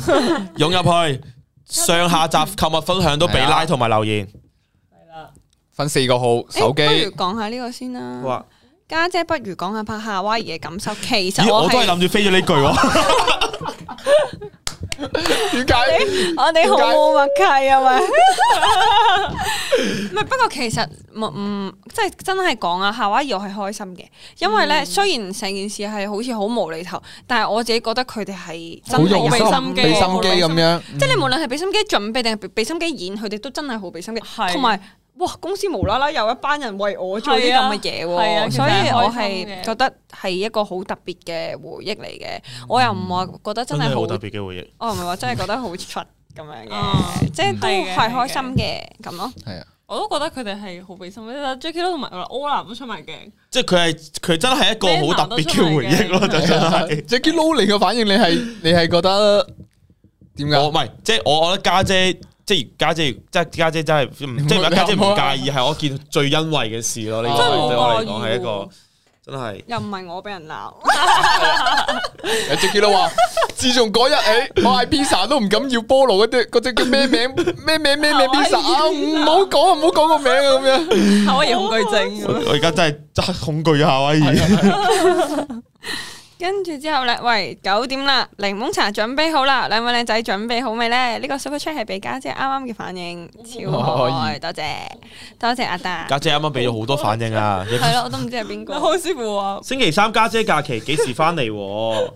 湧入去。上下集 購物分享都俾
係啊
like 同埋留言，
分四個號，手
誒不
機
如講下呢個先啦。
哇！
家姐不如講下拍夏威夷嘅感受。其實
咦，我
我
都係諗住飛咗呢句喎，
點解？
我哋好冇默契啊嘛。 唔係，不過其實唔唔，即係真係講啊，夏威夷我係開心嘅，因為咧雖然成件事係好似好無厘頭，但係我自己覺得佢哋係真
好
係
用
有
心
心
心機
俾心機咁樣，
即係你無論係俾心機準備定係俾心機演，佢哋都真係好俾心機。
係
同埋哇，公司無啦啦有一班人為我做啲
係啊
咁嘅嘢
係啊
喎，
其實
所以
係
我
開心嘅
係覺得係一個好特別嘅回憶嚟嘅。我又唔話覺得 真
真
係
係
好
好特，別嘅回憶。
哦我唔係話真係覺得好出咁樣
哦
嘅，即係都
係嘅
係開心嘅咁咯。
係啊，
我都覺得佢哋係好俾心機。Jackie 都同埋柯南都出 埋鏡，
即係佢係佢真係一個好特別嘅回憶咯， 就真係。
Jackie Lou 你嘅反應，你係你係覺得點解？
我唔係，即係我我覺得家姐，即係家姐，即係家姐真係，嗯即係家姐唔啊介意，係我見最欣慰嘅事咯。呢個
真係
係
冇
對我嚟講
介
係
意
一個
喎
真係。
又唔係我俾人鬧，
Jackie Lou 話：自從嗰日誒，我嗌 pizza 都唔敢要菠蘿嗰啲，嗰只叫咩名？咩名咩 名 pizza 啊？唔好講啊，唔好講個名啊咁樣。
夏威夷恐懼症咁
我
樣。
我而家真係啊真恐懼夏威夷，
跟住之後咧，喂九點啦，檸檬茶準備好啦，兩位靚仔準備好未咧？呢個 super chat 係俾家姐啱啱嘅反應，超可愛，多謝多謝阿達。
家姐啱啱俾咗好多反應啊！
係咯，我都唔知係邊個。
好師傅話
星期三家姐假期幾時翻嚟喎？係
啊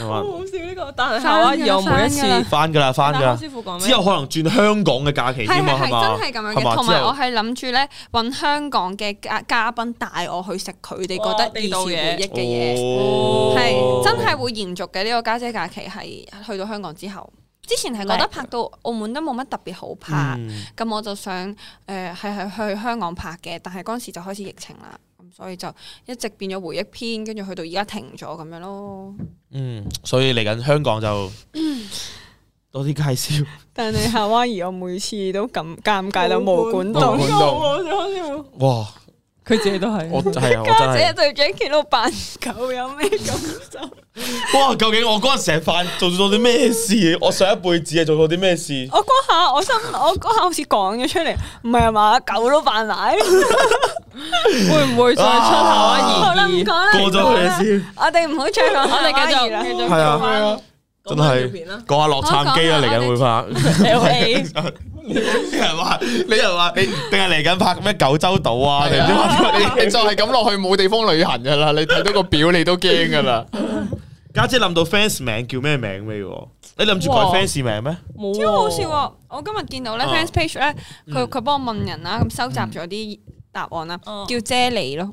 好
嘛
好笑呢個，但係夏威夷我每一次
翻㗎啦
翻噶啦，翻噶
但
啦
係柯，師傅講咩？
之後可能轉香港嘅假期
係
添
係
嘛，係嘛？
係真係咁樣
係嘛
嘅，同埋
之後
我係諗住咧揾香港嘅嘉嘉賓帶我去食佢哋覺
哇
得
地
兒
道
時
嘢
回哦憶嘅嘢，
哦
係真係會延續嘅呢個家姐假期係去到香港之後，之前係覺得拍到澳門都冇乜特別好拍，
嗯
呃咁我就想誒係係去香港拍嘅，但係嗰陣時就開始疫情啦，咁咁所以就一直變咗回憶篇，跟住去到而家停咗咁樣咯。
嗯，所以嚟緊香港 就多啲介紹。
但係夏威夷，我每次都咁尷尬到
毛
毛
管
管
動
動
無。管動
我就好似
哇！
佢自己都係
我係啊，我
家
真
姐
係
對 Jackie 都扮狗有咩感受？
哇！究竟我嗰陣成飯做咗啲咩事？我上一輩子係做過啲咩事？
我嗰下我心我嗰下好似講咗出嚟，唔係啊嘛，狗都扮 奶。
會唔會再出
好
夏
啦，唔
威夷
講？啦，
過咗佢
去
先，
我哋唔好再講
我哋繼
夏威夷啦，
續繼
係啊
續
係啊真
講翻條
係
片啦。
講下洛杉磯
哦
啊，嚟緊會拍。
L A
啲人話，你人話，你定係嚟緊拍咩九州島啊？定唔知話
你你就係咁落去冇地方旅行噶啦，你睇到個表你都驚噶啦。
家姐諗到 fans 名叫咩名未喎？你諗住改
哇
fans 名咩？
冇
超好笑
喎
喎！我今日見到咧
啊
fans page 咧，佢佢幫我問人啦，咁收集咗啲答案啦，
嗯
叫啫喱咯，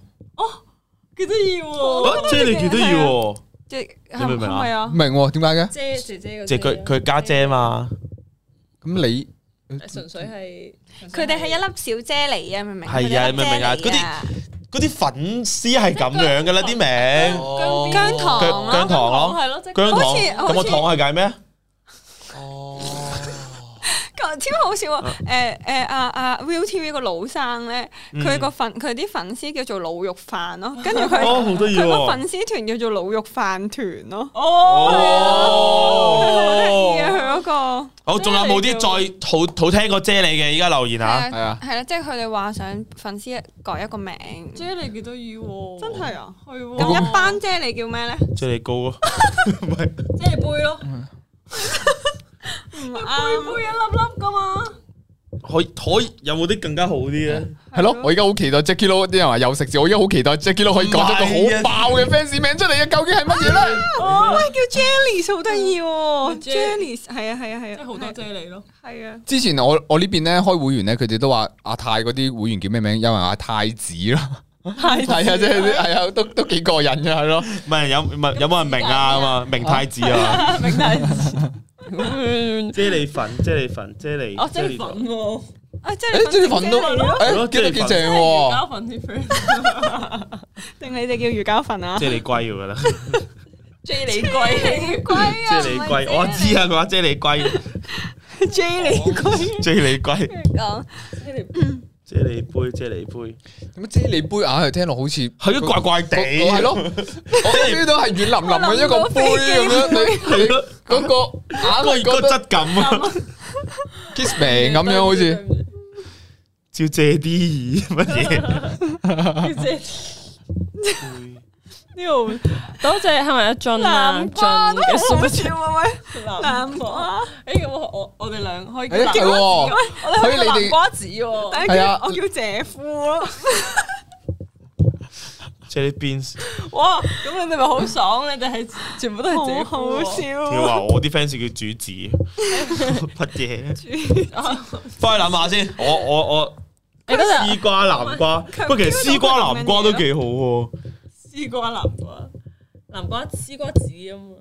幾得意喎！
啊，即係你幾得意喎！
即係
你明唔明啊
係咪啊
唔？明喎點解嘅？
姐姐姐個
即係佢佢家姐嘛，
咁你
純粹係
佢哋係一粒小啫喱啊，明唔明？
係啊
佢哋一粒
明唔明啊
啫
嗰
喱
啲嗰啲粉絲係咁樣噶啦，啲名
哦
姜糖
姜姜糖咯，
係咯，即係
姜糖
好似
咁
好似
個糖係解咩？啊
哦，
咁超好笑啊！誒誒啊啊 ViuTV 個老生咧，
嗯
佢個粉佢啲粉絲叫做滷肉飯咯，跟住佢
哦好得意
佢個
喎！
粉絲團叫做滷肉飯團咯，哦好得意啊！
哦，
佢嗰個。
好，仲有冇啲再好好聽過啫喱嘅？而家留言
係
啊！
係啊
係啦，即係佢哋話想粉絲改一個名，真
姐你幾得意喎！
係啊！
係喎，
咁一班啫喱叫咩咧？
啫喱糕啊！
姐杯咯，
唔
杯
啱，
杯一粒粒噶嘛，
可以可以有冇啲更加好啲咧？
係咯，我而家好期待 Jackie Lou 啲人話有食字，我而家好期待 Jackie Lou 可以講咗個好爆嘅 fans 名出嚟啊！究竟係乜嘢咧？
哦喂，叫 Jelly 好得意喎
咪
，Jelly 係啊係啊嗯係啊，
即係好多姐你咯。
係啊，
之前我我呢邊咧開會員咧，佢哋都話阿泰嗰啲會員叫咩名？有人話太子咯，
係
係 啊，即係係啊，都都幾過癮嘅係咯。
唔係有唔係有冇人明啊？嘛明太子啊！
明大字，
啫喱粉、啫喱粉、啫喱
哦，姐粉喎，
啊
誒，即係
Jelly
粉都誒，幾得幾正
魚
喎。
膠粉啲 friend，
定你哋叫魚膠粉啊？
啫喱龜㗎啦，
姐你貴，
龜
啫
啊
喱龜，我知啊，佢話啫喱龜、
，Jelly 龜
啫喱龜、
講
啫喱杯、啫喱杯，
咁啫喱杯啊，聽落好似
係都怪怪地，
係咯，我 feel 到係軟腍腍嘅一個杯咁樣，你
係咯，
嗰個
個
硬係
個
覺得
質感啊，
kiss 名咁樣好似。
照借啲乜嘢？
姐呢度多謝係咪阿俊啊？
南
俊
瓜都
嘅
係
super
好笑啊喂！
南
南
瓜
瓜，
誒咁我我我哋兩可以
誒
南
係喎
我哋可以
可以你
叫
哋
南瓜子喎，
但
係啊
係我叫姐夫咯，
啫喱 beans，
哇！咁你哋咪好爽，你哋係全部都係
好
姐夫
好
喎，
你
笑啊。
話我啲 fans 叫主子，乜嘢？翻去諗下先，我我我。
你嗰陣
絲瓜南瓜，
佢
不過其實絲瓜南瓜都幾好喎。
絲瓜南瓜，南瓜絲瓜子啊嘛，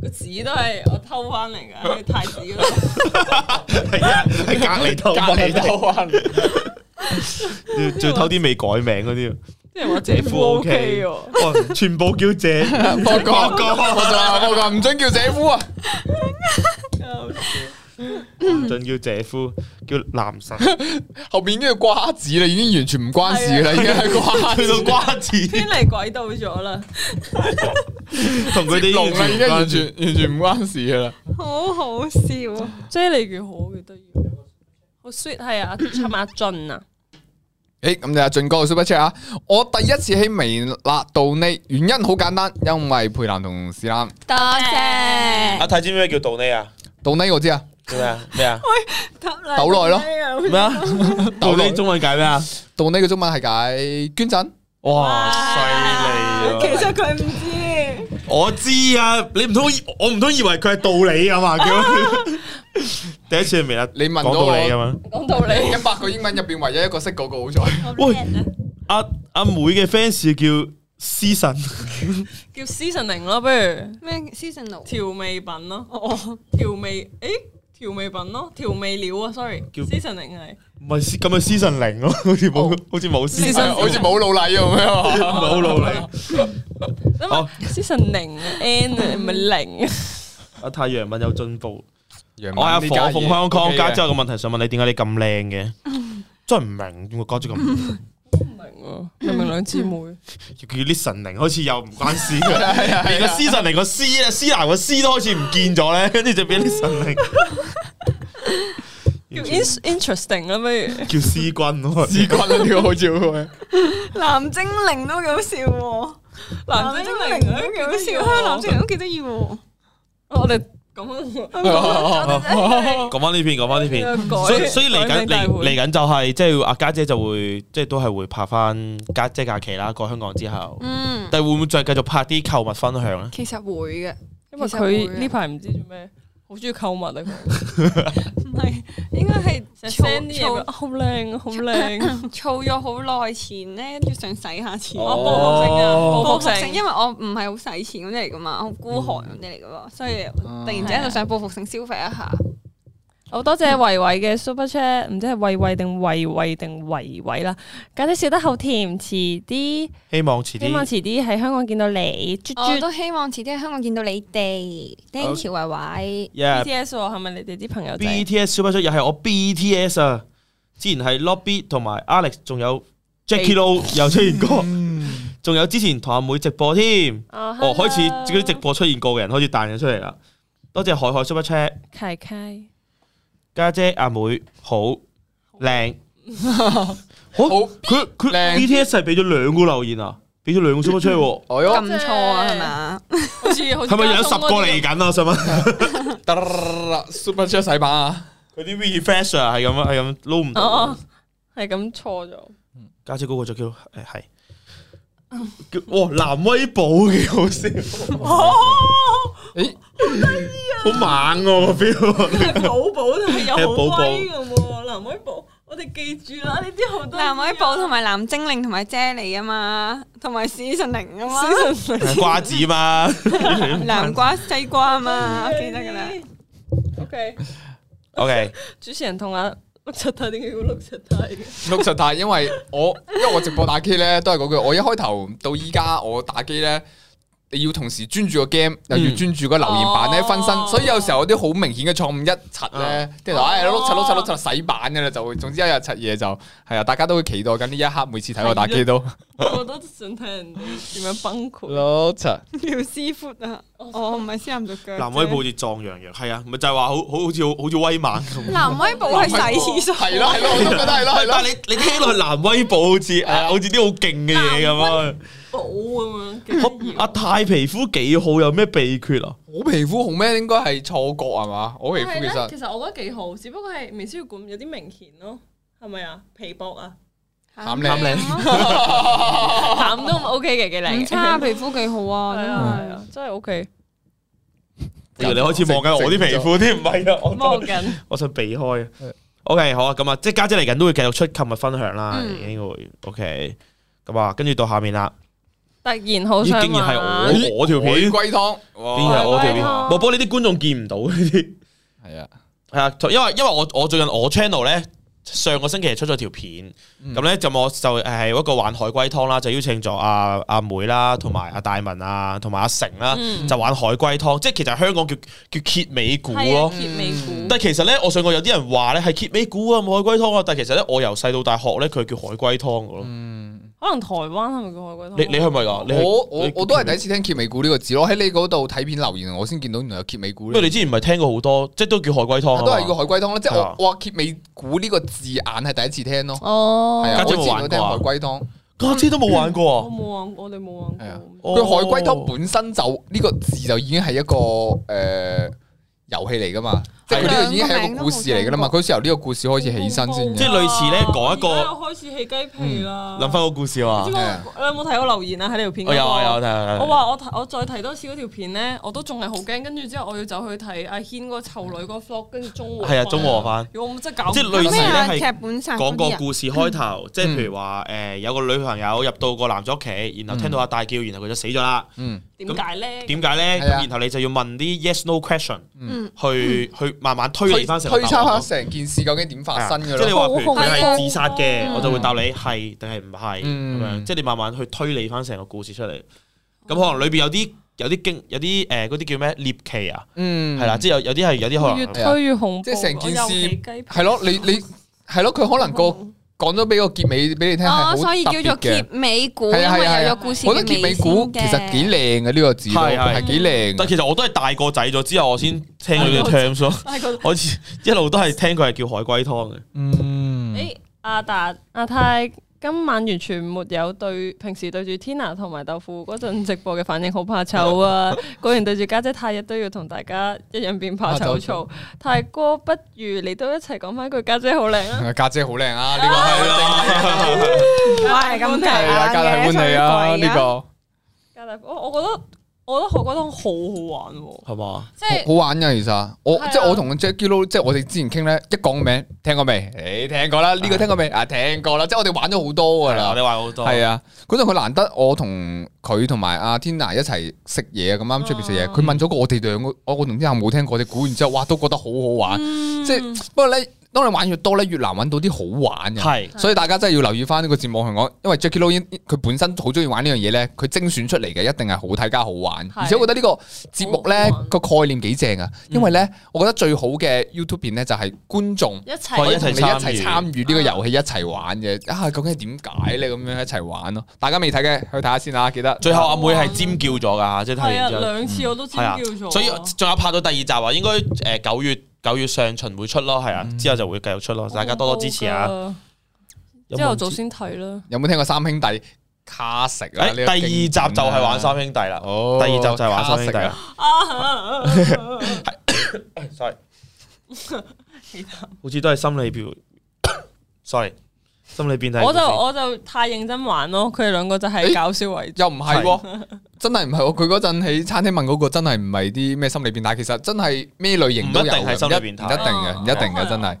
個子都係我偷翻 嚟噶，喺太子嗰度。
係 啊，喺隔離偷，
隔離偷
啊！ 要 仲要偷啲未改名嗰啲，
即係我姐夫 OK 喎，
哇！ 全部叫姐，
博哥，我就話博哥唔准叫姐夫啊！
仲叫姐夫，叫男 神，
後边已經叫瓜子啦，已經完全唔關事啦，已經係瓜
去到瓜子，
偏離軌道咗啦。
同佢哋
龍啦，已
啊完
經
全唔關事
完全完全唔關事噶啦。
好好笑啊！
即係你幾好幾得意，好 sweet 係啊，係咪阿俊啊？
诶，咁就阿俊哥嘅 super chat 啊！我第一次喺微辣度呢，原因好簡單，因為佩蘭同史蘭
多謝
阿泰知唔知咩叫道呢啊？
度呢我知啊，
叫咩啊？咩啊？
斗內咯，
à.
咩啊？道呢中文解咩啊？
度呢嘅中文係解捐贈，
哇！犀利啊！
實佢唔知，
我知啊，你唔通以我唔通以為佢係道理啊嘛？ 叫第一次未啊？
你問到
講道理啊
我
嘛？
講道理，
一百個英文入边唯一一個識嗰個好彩，
喂，阿阿妹嘅 fans 叫思神，
叫 seasoning 咯，不如
咩 seasonal
調味品咯，調味誒調味品咯，調味料啊，sorry，
叫
seasoning 係
唔系咁咪 season 零咯， 好似冇好似冇 season，
係好似冇努力咁樣。
唔係好努力。好
seasoning n 啊唔係 零啊，
阿太陽文有進步。
楊
我係阿
文呢家
火
嘢
鳳香港
OK 嘅
家姐有個問題想問你，點解你咁靚嘅？真係唔明點解家姐咁靚，
唔明啊，明明兩姊 妹，
叫啲神靈開始 又唔關事嘅，連個師神靈個師啊，師男個師都開始唔見咗咧，跟 住就變啲神靈，
叫
完全
in- interesting 啦，不如
叫師君咯，
屎骨啦，呢個好 似好嘅
藍精靈都幾好笑喎，
藍精靈
都
都
幾
哎幾
好
好
笑，
笑
啊
啊
藍精靈都幾得意喎。
我哋咁 啊
講翻呢片，講翻呢片。
改
所以所以嚟
改
緊
名大
嚟
會
嚟緊就係即係阿家姐就會即係都係會拍翻家姐假期啦，過香港之後，
嗯，
但係會唔會再繼續拍啲購物分享啊咧？
其實會嘅，
因為佢呢排唔知做咩，好中意購物啊！ 佢
唔係應該係
成日
儲
send 啲嘢俾我，
儲
好靚 啊，好靚！
儲咗好耐前咧，要想使下錢。
哦
我
報
報復性啊，報
復
復
性，
性，
因為我唔係好使錢嗰啲嚟噶嘛，好孤寒嗰啲嚟噶嘛，所以突然之間就想報復性消費一下。
好多謝維維嘅 super chat，唔知係維維定維維定維維啦。家姐笑得好甜，遲啲
希望遲
希望
啲
遲啲喺香港見到你。豬
我
豬
都希望遲啲喺香港見到你哋，Thank you，維維。
Yeah
BTS 喎，係咪你哋啲朋友仔？
BTS 小不出又係我 BTS 啊！之前係 Lobby 同埋 Alex，仲有 Jackie Lou 又出現過，仲有之前同阿妹直播添。
哦
哦，開始
，hello
嗰啲直播出現過嘅人開始彈咗出嚟啦。多謝海海 Super Chat，
契契，
家姐阿妹好靚。好， 佢佢
靚
BTS 係俾咗兩個留言啊，俾咗兩個 Super Chat 喎。
哎呦
咁錯啊，係嘛？
好似好似
係咪有十個嚟緊啊？我想問
得啦，super chat 洗版啊！
佢啲 refresh 啊，係咁啊係咁撈唔
哦
到
哦。，係咁錯咗。
家姐嗰個就叫誒係，叫哇南威寶幾好 笑，
哦
咦，
好猛喎個 feel，
寶寶都係
有好威
嘅喎，藍威寶，我哋記住啦，呢啲好多
藍海寶同埋藍精靈同埋啫喱啊嘛，同埋史神靈啊嘛，
瓜子嘛，
南瓜西瓜啊 嘛，我記得噶啦。。
O K，
OK，
主持人同阿碌柒太點解叫碌柒 太嘅？
碌實太，因為我因為我直播打機咧，都係嗰句，我一開頭到依家我打機咧。你要同時專注個 game，又要專注個留言板咧
哦
分身，所以有時候有啲好明顯嘅錯誤一刷咧，啲人話唉碌柒碌柒碌柒洗版嘅啦，就會總之一日刷嘢就係啊，大家都會期待緊呢一刻，每次睇我打機都
我都想睇人哋點樣崩潰。
啊碌柒。
廖師傅啊，我唔係師男做腳。
南威寶好似壯陽藥，係啊，咪就係話好好好似好好似威猛咁。
藍海寶係洗 廁所，
係咯係咯，我都覺得係啊咯
但
係咯。
係你你聽落去南威寶好似啊，好似啲好勁嘅嘢咁啊！
寶咁
好阿太皮膚幾好，有咩秘訣啊？
我皮膚紅咩？應該係錯覺係嘛？我皮膚其實
啊
其實我覺得幾好，只不過係微絲血管有啲明顯咯，係咪啊？皮薄啊，
慘
啱
靚，
你
淡都 O K 嘅，幾靚
唔
嘅
差， 皮膚幾好啊，
係
真
啊
係
係啊，真係 O K。
以啊為你開始望緊我啲皮膚添，唔係啊，我
摸緊
我想避開
係。
OK，好啊，咁啊，即系家姐嚟緊都會繼續出購物分享啦，
嗯
已經會 OK。咁啊，跟住到下面啦，
突然好
咦，
想
竟然係
玩
我我條片，
玫
竟
瑰湯，
然係我條片，
係
冇
啊
不過呢啲觀眾見唔到 呢啲。
係啊，
係啊，因為因為我我最近我 channel 咧上個星期出咗條片，咁咧就我就係一個玩海龜湯啦，就邀請咗阿阿妹啦，同埋阿大文啊，同埋阿成啦，
嗯
就玩海龜湯，即係其實香港叫叫揭尾股
係
咯
啊，。揭尾股。
但係其實咧，我上過有啲人話咧係揭尾股啊，唔係海龜湯啊。但係其實咧，我由細到大學咧，佢叫海龜湯嘅咯。
嗯
可能台灣係咪叫海龜湯？
你你係咪㗎？你係
我我
你
我都係第一次聽揭尾故呢個字咯，喺你嗰度睇片留言，我先見到原來有揭尾故
因
呢
為
個字。
你之前唔係聽過好多，即係都叫海龜湯啊
都係
嘛。
個海龜湯啦，即係
係啊
我我揭尾故呢個字眼係第一次聽咯。
哦
係啊，
家
我
姐
之
冇
前都聽海
玩過
龜湯，
家姐都冇玩 過
我
啊。
冇玩，我哋冇玩
係啊
過。
佢海龜
哦
湯本身就呢個字就已經係一個誒遊戲嚟噶
啊
嘛，即係佢呢個已經係一個故事嚟噶啦嘛，佢好似由呢個故事開始起身先
即係
嘅。
類似咧講一個
而家又開始起雞皮啦。
諗翻個故事啊
你知唔知我你有冇睇我留言啊？喺呢條片嗰
我
個
有啊有啊睇下睇下
我話我睇我再睇多次嗰條片咧，我都仲係好驚。跟住之後我要走去睇阿軒嗰個臭女嗰個 vlog，跟住中和
係啊中和返
如果我真係搞唔
即係類似
咩
呢
啊？
係
劇本殺嗰
講
啲
個
啊
故事開頭，
嗯
即係譬如話誒有個女朋友入到個男仔屋企，然後聽到阿大叫，然後佢就死咗啦。
嗯，
點解咧？
點解咧？
係啊
咁然後你就要問啲 yes no question
嗯
去去慢慢推理翻成個
推
答
敲下
案。
成件事究竟點發生
即
嘅
係你啊
咯。
話譬如佢
好恐
係
怖
自殺嘅，
嗯
我就會答你係定係唔係咁
嗯
樣。即係你慢慢去推理翻成個故事出嚟。咁可能裏邊有啲有啲經有啲誒嗰啲叫咩獵奇啊，
嗯，
係啦，即係有有啲係有啲可
越
能
推越恐怖，
即係成件事
我又起雞皮
係咯，你你係咯，佢可能個講咗俾個結尾俾你聽係好
嗯哦，
特
所以叫
別
做
嘅
結。尾股，因
係啊係啊
為
係
有
啊
咗故事
我覺得結尾股其實幾靚嘅呢個字，
係係
係幾靚
但
嘅。
其實我都係大個仔咗之後，我先聽 佢嘅 terms 咯。
但係覺得
我一路都係聽佢係叫海龜湯嘅。
嗯，
誒阿達阿泰今晚完全沒有對 平時對住 Tina 同埋豆腐嗰陣直播嘅反應好怕醜啊！果然對住家姐太日都要同大家一樣變怕醜嘈。泰哥不如你都一齊講翻句家姐好靚啊！
家姐好靚啊！呢個係係啊
係啊咁睇
啦，梗係歡喜啊！呢個
家大我我覺得我覺得我覺得好好玩喎，
係嘛？
即係
好玩㗎，其實我
係啊
即係我同 Jackie Lou，即係我哋之前傾咧，一講個名聽過未？誒聽過啦，呢個聽過未？啊聽過啦，即係我哋玩咗好多㗎
係啊，
啦
你。話好多
係啊，嗰陣佢難得我同佢同埋阿 Tina 一齊食嘢，咁啱出邊食嘢，佢問咗個我哋兩個，我我同 Tina 冇聽過啲估，然之後哇都覺得好好
嗯
玩，即係不過咧，當你玩越多咧，越難揾到啲好玩嘅。
係
所以大家真係要留意翻呢個節目嚟講，因為 Jackie Lou 已經佢本身好中意玩呢樣嘢咧，佢精選出嚟嘅一定係好睇加好玩，
係
而且我覺得呢個節目咧
好好玩嗯
個概念幾正啊，因為咧我覺得最好嘅 YouTube 片咧就係觀眾。
一齊
可以一
同
齊
你一齊參
參
與呢個遊戲，一齊玩嘅啊！究竟係點解咧？咁樣一齊玩咯，大家未睇嘅去睇下先啦，記得。
最後阿妹係尖叫咗
哦
㗎，即係睇
係啊
完之後
兩次我都尖
係
叫
啊
咗，，
所以仲有拍到第二集啊，應該誒九月九月上旬會出咯，係啊，
嗯
之後就會繼續出咯，大家多多支持啊！！有冇
之後早先睇啦，
有冇聽過三兄弟卡食啊？
誒
呢個
哎第二集就係玩三兄弟啦，
哦
第二集就係玩三兄弟啊啦
卡
啊！
，sorry，
其他
好似都係心理變 ，sorry，心理變態故
我
事。
就我就太認真玩咯，佢哋兩個就係搞笑為主。
又唔係喎，真係唔係喎。佢嗰陣喺餐廳問嗰個真係唔係啲咩心理變態，其實真係咩類型都有嘅，
唔一定係心理變態啊
唔一定嘅，唔一定
哦
嘅，真係。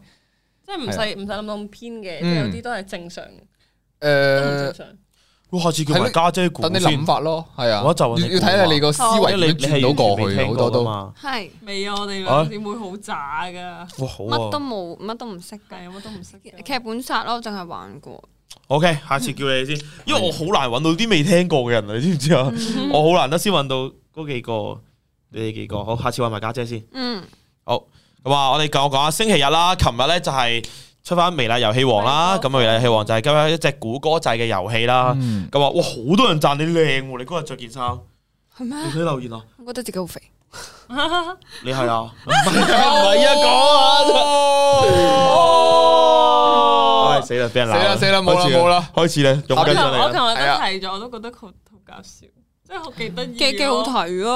即係唔使唔使諗到咁偏嘅，
嗯
即係有啲都係正常，都唔正
誒，
常。
哇下次叫埋家姐估
等你
啊先
諗，法咯，係啊，
我就
要要睇下你個思維
因為
點
你
樣
你係
轉到過
完
去，啊
全未聽
好多
過啊
都
㗎。嘛，
係
未啊，我哋
啊
兩點會好渣噶，
哇好
乜都
啊
冇，乜都唔識嘅。
係啊，乜都唔識嘅。
劇本殺咯，淨係玩過。
，OK，下次叫你先，因為我好難揾到啲未聽過嘅人啊，你知唔知啊？
嗯
我好難得先揾到嗰幾個，你哋幾個，好，下次揾埋家姐先。
嗯，
咁啊，我哋講講下星期日啦，琴日咧就係出翻《微辣遊戲王》啦，咁啊《微辣遊戲王》就係今日一隻估歌仔嘅遊戲啦。
嗯
咁啊，哇，好多人讚你靚喎！你嗰日着件
啊
衫，
係咩？
你睇留言啊，
我覺得自己好肥。
你係啊，唔係啊，
哦
講啊，死啦，俾人鬧
哦死啦死啦冇啦
開始
冇啦，
開始咧，用
我
緊
琴
上
我
嚟啦，
琴日
係啊
都提咗，我都覺得好好搞笑，即係好幾得意咯，
幾幾好睇咯。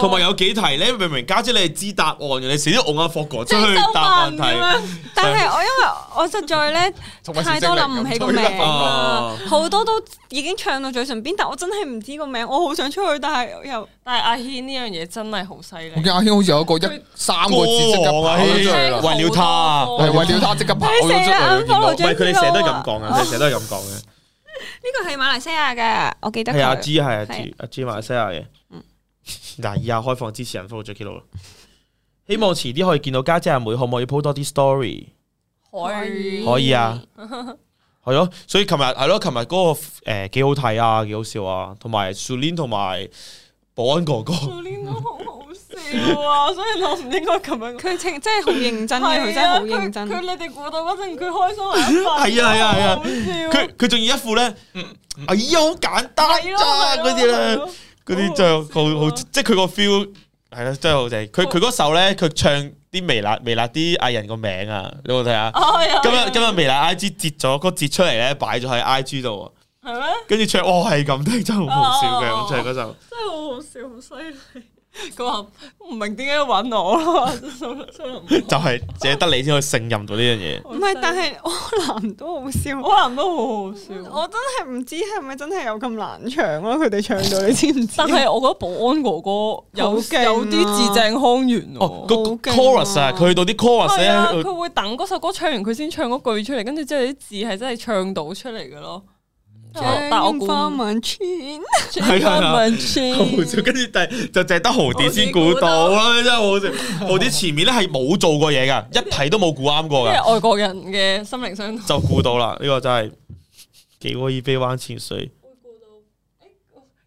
同埋有幾題咧，明明家姐你係知答案嘅，你死都戇阿霍哥出去
周
答問題，
文咁樣，
但係我因為我實在咧
同埋
太多諗唔起個 名啦
哦，
好多都已經唱到嘴唇邊，但我真係唔知個名，我好想出去，但係又
但係阿軒呢樣嘢真係好犀
我
利，
見阿軒好似有一個一
佢
三個字即刻跑咗出
歌
嚟
王啊為
啦，
了他
係為了他即刻跑咗出嚟，見到
唔係佢哋成日都係咁講啊嘅，佢哋成日都係咁講嘅。
呢個係馬來西亞嘅，我記得
係阿啊
佢。
G 係阿
係
G 阿 G 馬來西亞嘅。
嗯
嗱，以下開放支持人 follow Jacky Lou 啦。希望遲啲可以見到家姐阿妹，可唔可以 po 多啲 story？
可以
可以啊，係咯。所以琴日係咯，琴日嗰個誒幾好睇啊，幾好笑啊，同埋 Sulin 同埋保安哥哥，
做呢都好好笑啊，所以我唔應該咁樣講。
佢情真係好認真嘅，佢
係
真係
啊
好認真。
佢佢你哋估到嗰陣，佢開心係一份，
係啊係啊係啊
好笑啊
佢佢仲要一副咧，哎呀好簡單咋嗰啲咧，嗰啲就好好，即係佢個 feel 係啦，真係好正。佢佢嗰首咧，佢唱啲微辣微辣啲藝人個名啊，你有冇睇啊？
哎
今日今日微辣 I G 截咗個截出嚟咧，擺咗喺 I G 度啊，
係咩？
跟住唱哦係咁聽，真係好好笑嘅
哦
咁唱嗰首。
真係好好笑，好犀利。佢話唔明點解要揾我啊咯，蘇蘇林波
就係淨係得你先可以勝任到呢樣嘢。
好
唔
犀
係，
利
但係柯南都好笑。
柯南都好好笑。
我真係唔知係咪真係有咁難唱咯，佢哋唱到你知唔知？
但係我覺得保安哥哥有
好勁啊
有啲字正腔圓
哦，
喎。
個
好勁啊
chorus 啊，佢去到啲 chorus
係啊，
咧，
佢會等嗰首歌唱完，佢先唱嗰句出嚟，跟住之後啲字係真係唱到出嚟嘅咯。但但我估
花文村，
係啊
文千
好笑，跟住但係就淨係得豪啲先估到啦，真係好笑。豪啲前面咧係冇做過嘢噶，一題都冇估啱過
因為
噶，
外國人嘅心靈相通。
就估到啦。呢個真係幾可以飛灣潛水，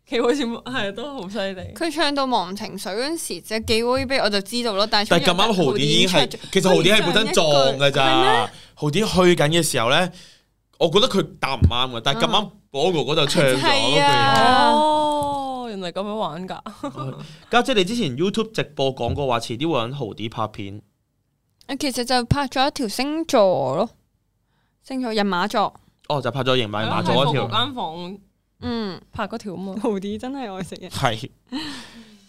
佢好似係都好犀利。
佢唱到忘情水嗰陣時，隻幾威杯我就知道咯。但係
但係咁啱豪啲已經係，其實豪啲係本身撞㗎咋。豪啲去緊嘅時候咧，我覺得佢答唔啱嘅，但係咁啱嗰個嗰就唱咗嗰句
係啊
嘢。
哦，原來咁樣玩㗎。
家姐，你之前 YouTube 直播講過話，遲啲會揾豪啲拍片，
其實就拍咗一條星座咯，星座人馬座，
哦，就拍咗刑馬
啊
馬座嗰條，
間房
嗯，
拍嗰條啊嘛。
豪啲真係愛食人，
係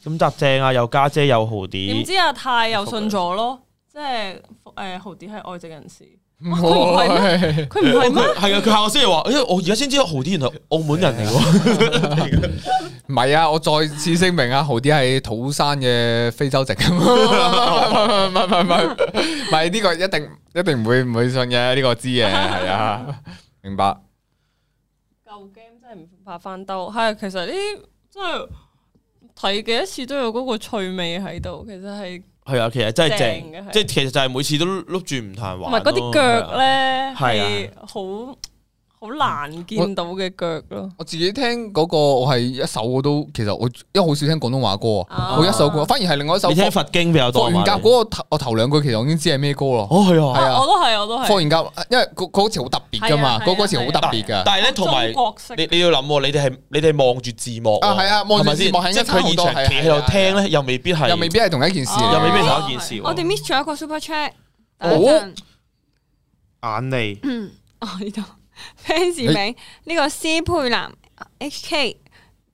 咁搭正啊！有家姐，有豪
點
啲，
知阿泰又信咗咯，即係誒豪啲係外籍人士，
嗯啊係
佢唔係咩？
係啊！佢下個星期話，誒，我而家先知道豪啲原來澳門人嚟喎，
唔係啊？我再次聲明啊，豪啲係土生嘅非洲籍，唔 係唔係唔係唔係唔係呢個一定一定唔會唔會信嘅，呢個知嘅係啊，明白。
舊 game 真係唔怕翻兜，係其實呢啲真係睇幾多次都有嗰個趣味喺度，其實係
係啊！其實真係
正嘅
正，
係
即係其實就係每次都碌住唔彈
同
玩
埋
咯，
嗰啲腳
係
咧
啊
係好好難見到嘅腳咯。
我自己聽嗰個，我係一首我都其實我因為好少聽廣東話歌啊，
啊
我一首歌，反而係另外
係啊，
一首
你
霍
聽佛經比較
霍
多
元
嘛
甲
你
嗰個頭我頭兩句其實我已經知係咩歌咯。
哦係啊，
係啊
我都係，我都係。
霍元甲因為嗰嗰詞好特別噶嘛，
係啊係啊
嗰嗰詞好特別
但
噶。
係咧同埋
中。國式
你你要諗喎，你哋係你哋望住字幕喎
啊係啊望住
係咪先
字幕係
即係
差
佢
好
現
多
場企喺
係啊係啊
度聽咧，又未必係，
又未必係同一件事嚟嘅，
又未必
哦
係同一件事喎。
我哋 miss 咗一個 super chat，
哦
等一陣
眼嚟。
嗯，哦呢度 fans 名呢個施佩南 HK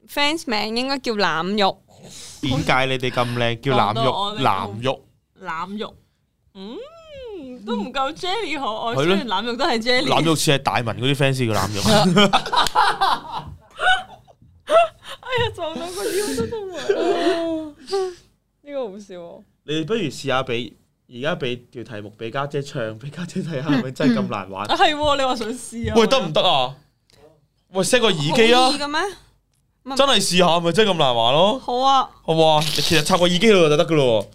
fans 名應該叫腩肉，
點解你哋咁靚叫腩
講到我
肉？
哋
腩肉
腩肉，嗯，都唔夠 Jelly 可
係
愛。
咯
雖然腩肉都係 Jelly，
腩肉似係大文嗰啲 fans 叫腩肉，
撞到個腰都痛埋。 呢個好笑喎！
你不如試下俾而家俾條題目俾家姐唱，俾家姐睇下係咪真係咁難玩
啊，？係喎，你話想試啊？
喂，得唔得啊？喂，set 個耳機啊
好易！嘅咩？
真係試下，係咪真係咁難玩咯？
好啊，
好唔好啊？你其實插個耳機度就得噶咯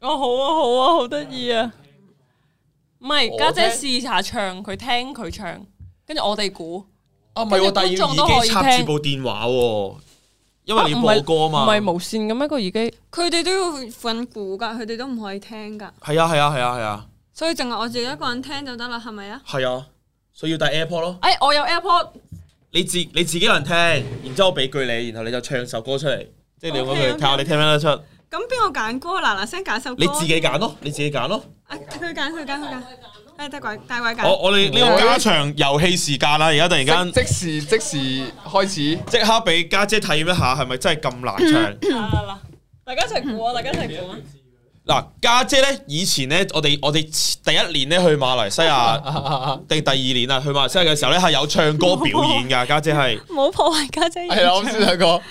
哦，好啊，好啊，好得意啊！唔係
我
家姐
聽
試下唱，佢聽佢唱，跟住我哋估。
喎。啊，唔
係喎但係要耳機插住
部電話喎，因為你要
啊唔係
播歌啊嘛。
唔係無線嘅咩個耳機？
佢哋都要瞓估噶，佢哋都唔可以聽噶，
係啊係啊係啊係啊
所以淨係我自己一個人聽就得啦，係咪啊？
係啊，所以要戴 AirPod 咯。
哎，我有 AirPod，
你自你自己能聽，然之後我俾句你，然後你就唱首歌出嚟，即係你用嗰句
OK，OK
睇下你聽唔聽得出。
咁邊個揀歌啊嗱嗱聲揀首歌？
你自己揀咯，你自己揀咯。
啊，佢揀佢揀佢揀，誒大鬼大鬼
我
揀，
我哋呢個加長遊戲時間啊啦，而家突然間
即即時即時開 始。
即刻俾家姐體驗一下，係咪真係咁難 唱？
嗱啊嗱嗱，大家一齊估啊！大家一齊估啊！
嗱，家姐咧以前咧，我哋我哋第一年咧去馬來西 亞，定第二年啊去馬來西亞嘅時候咧，係有唱歌表演㗎。家姐係
冇破壞家姐。
係啦，我先睇過。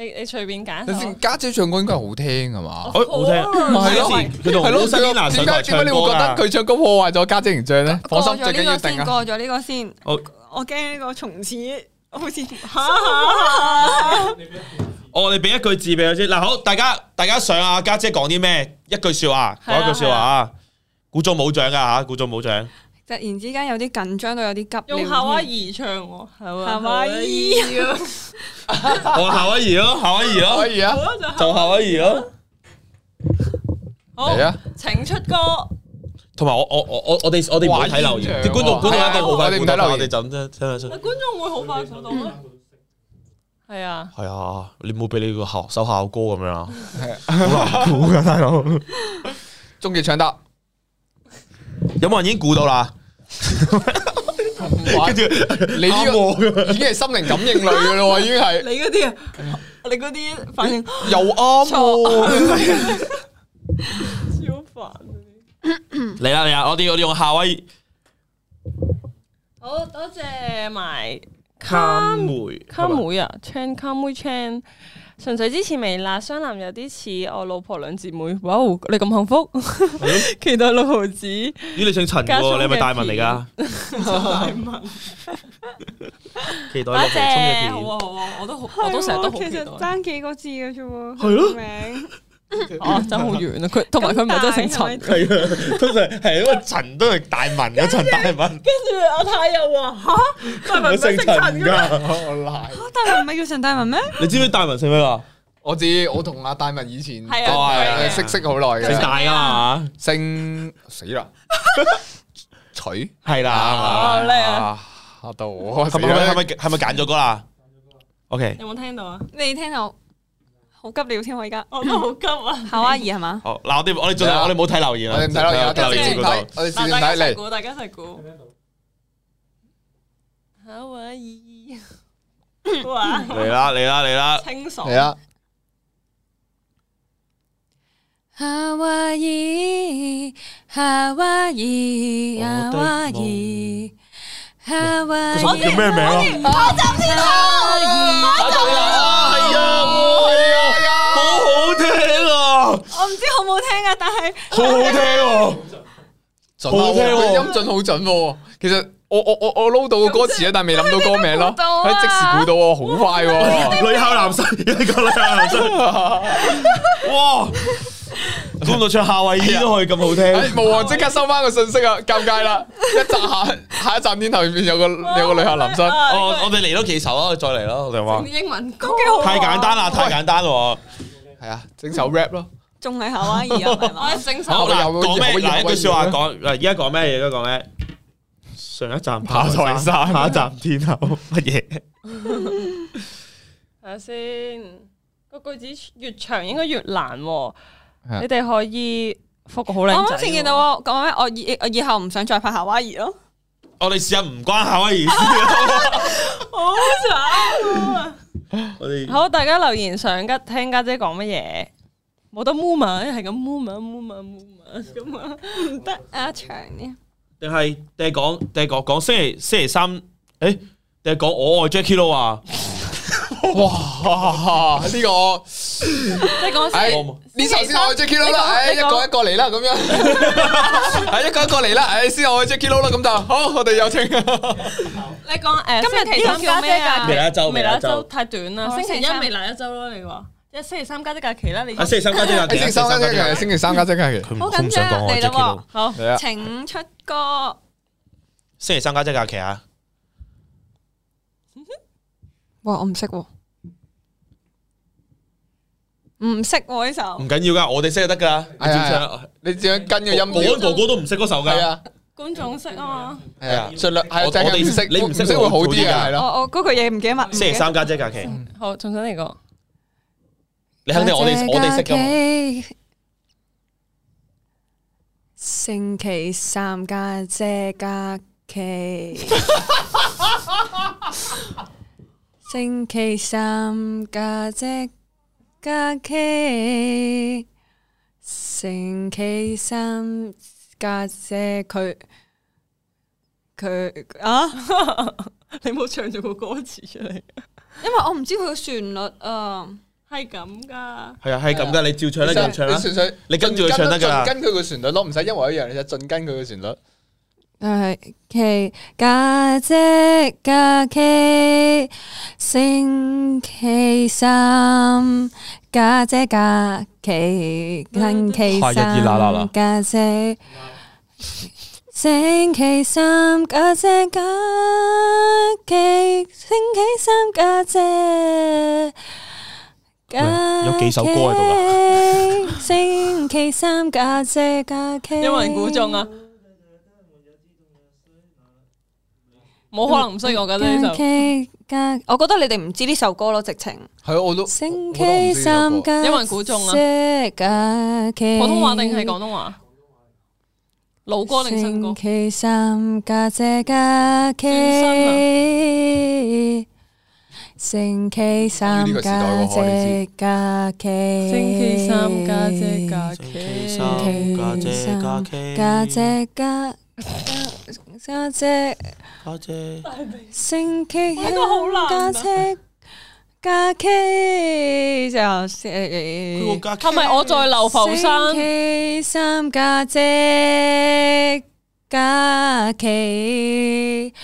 你你隨便 揀一
等
首
先，。家姐唱歌應該係好聽噶嘛？
好好聽，
咪係咯啊
以前佢同
咯，
好新啲男上
點
台
解
唱
點解
歌
你會覺得
㗎。
佢唱歌破壞咗家姐形象 咧？放
過
心，最
咗
緊要
呢個
定
先，
啊！
過咗呢個先，
好
我驚呢個從此好 似
我哋俾一句字俾佢先。嗱，好，大家大家想啊，家姐講啲咩？一句說話，
係啊
講一句說話啊！估中冇獎㗎吓，估中冇獎。
突然之間有啲緊張到有啲急。
用夏
啊
威夷唱喎，
夏威夷
啊！
我啊夏威夷咯，夏威夷咯
可，以啊
好，啦，就夏
就夏威夷咯。
好
嚟啊！
請出歌。啊
同埋我我我我我哋我哋唔會睇留言，啲觀眾觀眾一定好快
啊我哋唔睇
估到
留言
我哋就咁啫，聽得出
啊！。觀眾會好快數到啊咩？係啊，
係啊，你冇俾你個校手校歌咁樣啊，好難估噶啊大佬。
終極搶答，
有冇人已經估到啦？
哇
跟住
你呢
啱我㗎
個已經係心靈感應類嘅咯喎，已 經係
你嗰啲啊，你嗰啲反 應超
又啱喎。
煩啊你
嚟啦嚟啦，我哋我哋用夏威
好多謝埋
卡梅
卡妹啊，Chan 卡妹 Chan。純粹支持微辣，雙男有啲似我老婆兩姊妹。哇！你咁幸福，期待六毫子。
咦，你姓陳
加
喎，
蔥
你係咪大文嚟㗎？
大文，
期待
多
六號衝
謝，
嘅片。
好啊好啊，我都好，我都成日都好
其實
期待。
爭幾個字嘅啫喎，
係咯
名
哦，真係好遠啊！佢同埋佢唔係真係姓陳
咁大係咪。
系啊，通常係因為陳都係大文嘅陳大文，
跟住阿太又 話吓，大
我
文
姓
姓
陳
陳嘅咩？
㗎，我賴。
大文唔係叫陳大文咩？
你知唔知大文姓咩啊？
我知，我同阿戴文以前
係啊
都係
係啊
識識好耐
姓
嘅，
大啊嘛，
姓死 啦，取
係啦，
哦，叻啊！
啊，嚇到我死
係咪係咪係
啦！
咪係咪揀咗歌啦？OK，
有冇聽到啊？
你聽到好急了添，我而家
我都好急啊！
考阿姨係嘛？
好嗱，我哋我哋盡量，我哋冇睇留言
我
啊，
哋唔睇啦，而家
留
我哋
言
視
嗰
線
度
睇，。我哋視
嗱，
線睇
大家一齊
嚟，
估，大家一齊估。夏威夷，哇，
嚟啦嚟啦嚟啦！
清爽
嚟。啦！
夏威夷，夏威夷，夏威夷，夏威夷。
首歌叫咩名啊？
我
係啊，我係啊，好好聽啊，
唔知好唔好聽啊，但係
好好聽啊！
準
好聽
啊，
喎
佢音準好準喎。其實我我我我撈到個歌詞啊，但係未諗到歌名咯。
你都估到啊
係即時估到喎，好快喎！
女校男生， 你個女校男生，哇！估唔到唱夏威夷都可以咁好
哎
聽，
無王即刻收翻個信息啊，尷尬啦！一站下下一站天台入面有個有個女校男生，
啊
我我哋嚟多幾首啊，再嚟咯，我哋話
英文歌
太簡單啦，太簡單喎。
係啊，整首 rap 咯。
仲係夏威夷啊，係嘛
我？整首
啊
好
我哋
啦，
有
講
有
咩？嗱，
有
一句說話
有
講，嗱，而家講咩嘢？而家講咩？上一站
炮台山
下一站天后乜 嘢？
睇下先，個句子越長應該越難喎
係啊。
你哋可以復個好
我
靚仔喎。
啱先見到我講咩？我以我以後唔想再拍夏威夷咯。
我哋試下唔關夏威夷事啊！
好慘啊！
我哋
好，大家留言想家聽家姐講乜嘢？冇得 move 啊，係咁 move 啊 move 啊 move 啊咁啊！
唔得啊，長啲。
定係定係講定係講講星期星期三？誒，定係講我愛 Jackie Lou 啊？
哇！呢個
即係講
哎
星
呢首先我 Jackie Lou 啦，哎一
你講
個一個嚟啦咁樣，哎一個一個嚟啦，哎先我 Jackie Lou 啦咁就好，我哋有請。
你講誒
今日
星期三
呢個叫
家姐
咩
未
啊
假期
來一周
未來一
未來
周
一周
太短啦，
哦
星期
星期
一
三
未來一周咯，你話即係星期三家姐假期啦，你
啊，星期三家姐有 啊
星期三家姐嘅，星期三家姐嘅。
佢
好緊張嚟啦
好
嚟啊
喎，！請出歌。
星期三家姐假期啊！
哇，我唔識喎，唔識喎呢首
唔。緊要噶，我哋識就得噶啦。你知唔知啊
你點樣跟個音
保安哥
調？
哥都唔識嗰首
係
噶，
啊
觀眾識啊嘛，
係啊
我，
盡量係
我
就係
哋
唔識，
你唔識
識會
會
好
好
啲
啲㗎
啊，係咯。
我我嗰句嘢唔記得埋。
星期三家姐假期，
好重新嚟過。
你肯定我哋我哋識噶嘛？
噶。星期三家姐假 期，星期三家姐假期，星期三家姐佢佢啊，
你冇唱咗個歌詞出嚟，
因為我唔知佢個旋律啊。
係咁噶。
係啊，係咁噶，你照唱啦，照唱啦
你。純粹
你跟住佢唱得㗎啦
盡跟佢個旋律咯，唔使因為一樣，你就盡跟佢個旋律。
但係期假姐假期，星期三假姐假期，星期
夏日熱辣辣啦
三假姐，星期三假姐假期，星期三假姐。
有幾首歌喺
度啦，星期三假姐假期，
有冇人估中啊？冇可能唔識我噶呢
假
首，
期假，我覺得你哋唔知呢首歌咯，直情。
係我都
星期三假，
有冇人估中啊
姐假期，
普通話定係廣東話？老歌定新歌
星？期三假姐假期。星期三假姐假期，
星期三家姐假期，
期三家
期
假姐假假姐。
家姐，
星期一
個好難啊
假期假期就誒
家期
係咪我在流浮山
星？期三假姐假期，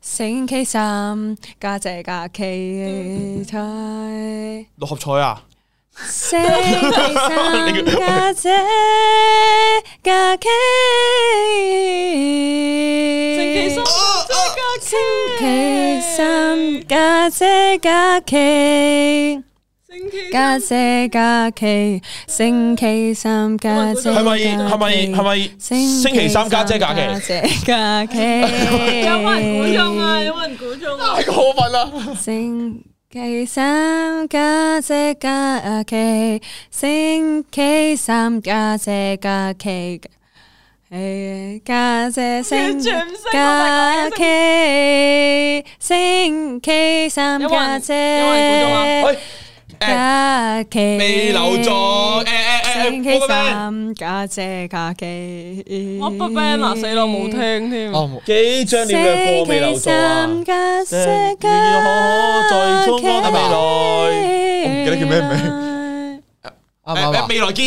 星期三家姐假期睇，
六合彩啊！
星期三家姐假期，
星期三
星期三家姐假期，
星期
家姐假期，星期三家姐
係咪係咪
啊
係咪星期三家姐假
家
期？
姐假期，
有冇人估中啊？有冇人估中啊？
太過分啦！
星期三家姐假期，星期三家姐假期，诶家姐星
完全唔識
假期，星期三
有冇人
家
有冇人估中
喂，
姐假期，
未留咗誒誒誒
星期
嗰個咩
三家姐假期，
我不 band 啊，死咯，冇聽添。
哦，
幾張料嘅貨未留咗啊？
星期三家
即係
姐
你可在中安
假期
未來。
我
唔記得叫咩
名。
誒誒
啱唔啱
未來見，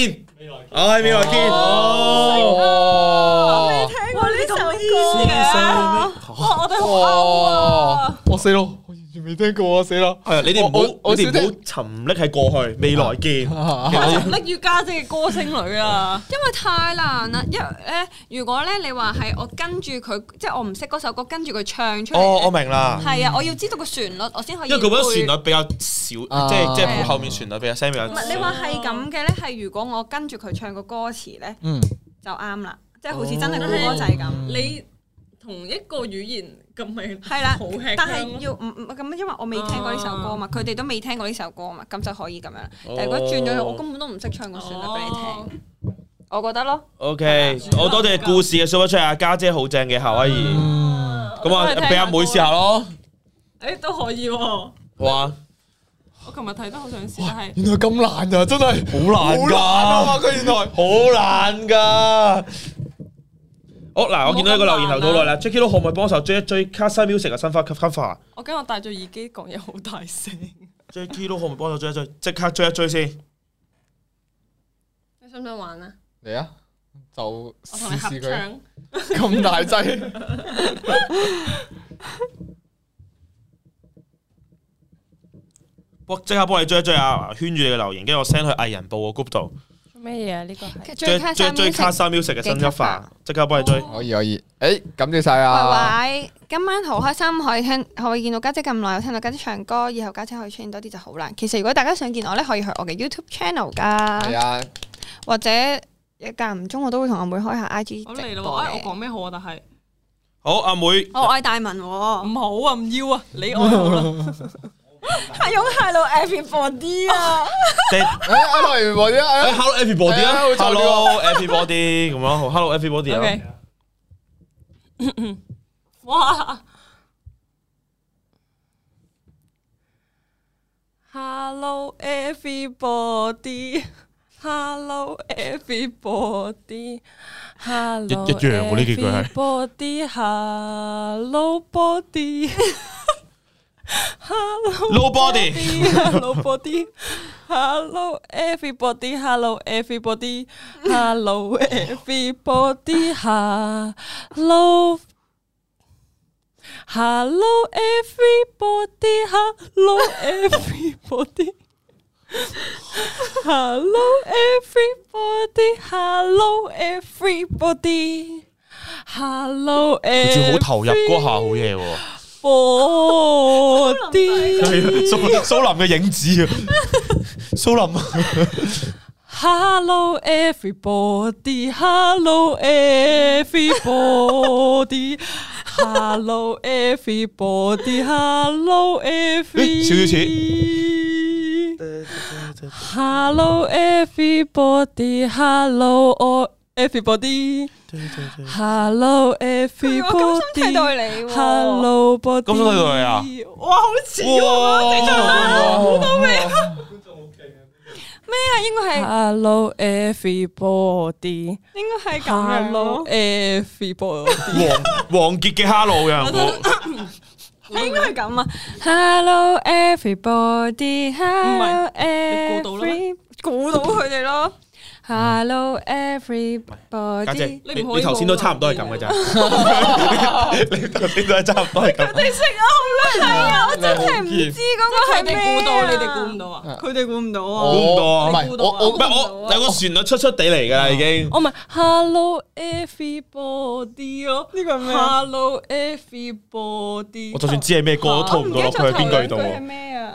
唉，未來見。哦
哦，
哇！呢首歌
啊
哇，我哋好歐啊！
哇！我死咯，我完全未聽過啊，死啦！
係啊你哋唔
我
好，
我
你哋唔
我
好沉溺喺過去，未來見。啊
拎住家姐嘅歌星女啊！
因為太難啦，因為咧，如果咧你話係我跟住佢，即係我唔識嗰首歌，跟住佢唱出 嚟，
哦，我明啦。
係啊，我要知道個旋律，我先可以。
因為佢本身旋
律，
律比較少，
啊
即係即係後面旋律比較聲比較
唔
少
係你話係咁嘅咧，係如果我跟住佢唱個歌詞咧，
嗯，
就啱啦，即係好似真係佢歌仔咁。
你同一個語言咁咪
係啦
好吃
但係要唔唔咁，因為我未聽過呢首歌嘛，佢哋都未聽過呢首歌嘛，咁就可以咁樣啦。但係如果轉咗去，我根本都唔識唱個旋律俾你
哦
聽，我覺得咯。
OK，我多謝故事嘅 super chat 啊，家姐好正嘅夏威夷，咁啊俾阿妹試下。咯，啊
誒都可以喎，我
哇，
琴日睇得好想試，但係
原來咁難啊，真係
好難㗎
啊！佢原來
好難㗎！好嗱，我見到一個留言留到耐啦，Jackie 都可唔可以幫手追一追 Casa Music 嘅新花 cover？
我驚我戴咗耳機講嘢 好大聲。
Jackie 都可唔可以幫手追一追？即刻追一追先。
你想唔想玩啊？
嚟啊！就
我同你
試
合
試佢
唱。
咁大劑。
我即刻幫你追一追啊！圈住你嘅留言，跟住我 send 去藝人部個 group 度，
做咩嘢啊？呢個係
追追追 Casa Music 嘅新 cover，即刻幫你追。
可以可以，诶，感謝晒啊！
喂喂，今晚好開心可以聽，可以見到家姐咁耐，又聽到家姐唱歌，以後家姐可以出現多啲就好啦。其實如果大家想見我咧，可以去我嘅 YouTube channel
係
噶，
啊，
或者間唔中我都會同阿妹開下 IG
我嚟
直
啦！
播
哎我
嘅
講咩好啊？但係
好，阿妹。
我愛大文喎，
唔好啊，唔要啊，你愛我啦。
係用 Hello Everybody 啊！
即係
诶，阿台或者
誒
诶，
，hello everybody
係啊
啊
好臭呢個
，hello everybody 咁咯，hello everybody 啊
OK，哇！Hello everybody, hello everybody, hello
一一樣喎呢幾句係
everybody, hello body, hello
，nobody
hello body, hello everybody, hello everybody, hello everybody, hello. Hello everybody, hello everybody. hello everybody, hello everybody. Hello
佢
everybody.
仲好投入嗰下好嘢喎，
body.
蘇蘇林嘅影子啊，蘇林
Hello everybody, hello everybody, hello everybody, hello everybody.
少少似
Hello everybody, hello all everybody, hello
我咁
everybody,
心睇到你喎
hello body。
咁想睇到你啊
哇，好似
哇，
咩啊？應該係
Hello everybody。
應該係咁樣
Hello
咯，
everybody，
王王傑嘅 hello 嘅，我
應該係咁啊！Hello everybody，Hello
你
every，估
估到啦咩
到佢哋咯。 Hello
家姐
everybody，，
你
你唔可
你
以
頭先都差唔多係咁嘅咋？你頭先都係差唔多係 咁。
你食我唔啦，係啊，我真係唔知嗰個係
你
咩
估到，
啊
你哋估唔到啊？佢哋估唔到
à.
估
啊！
唔到啊
唔係
估到
我
啊
我
唔係我有個旋律出出地嚟㗎啦，已經。
哦我咪 Hello everybody 咯，呢個
係咩啊
Hello everybody，
我就算知係咩歌都套唔到落去邊句度
我唔記得咗頭兩句係
喎。
咩啊？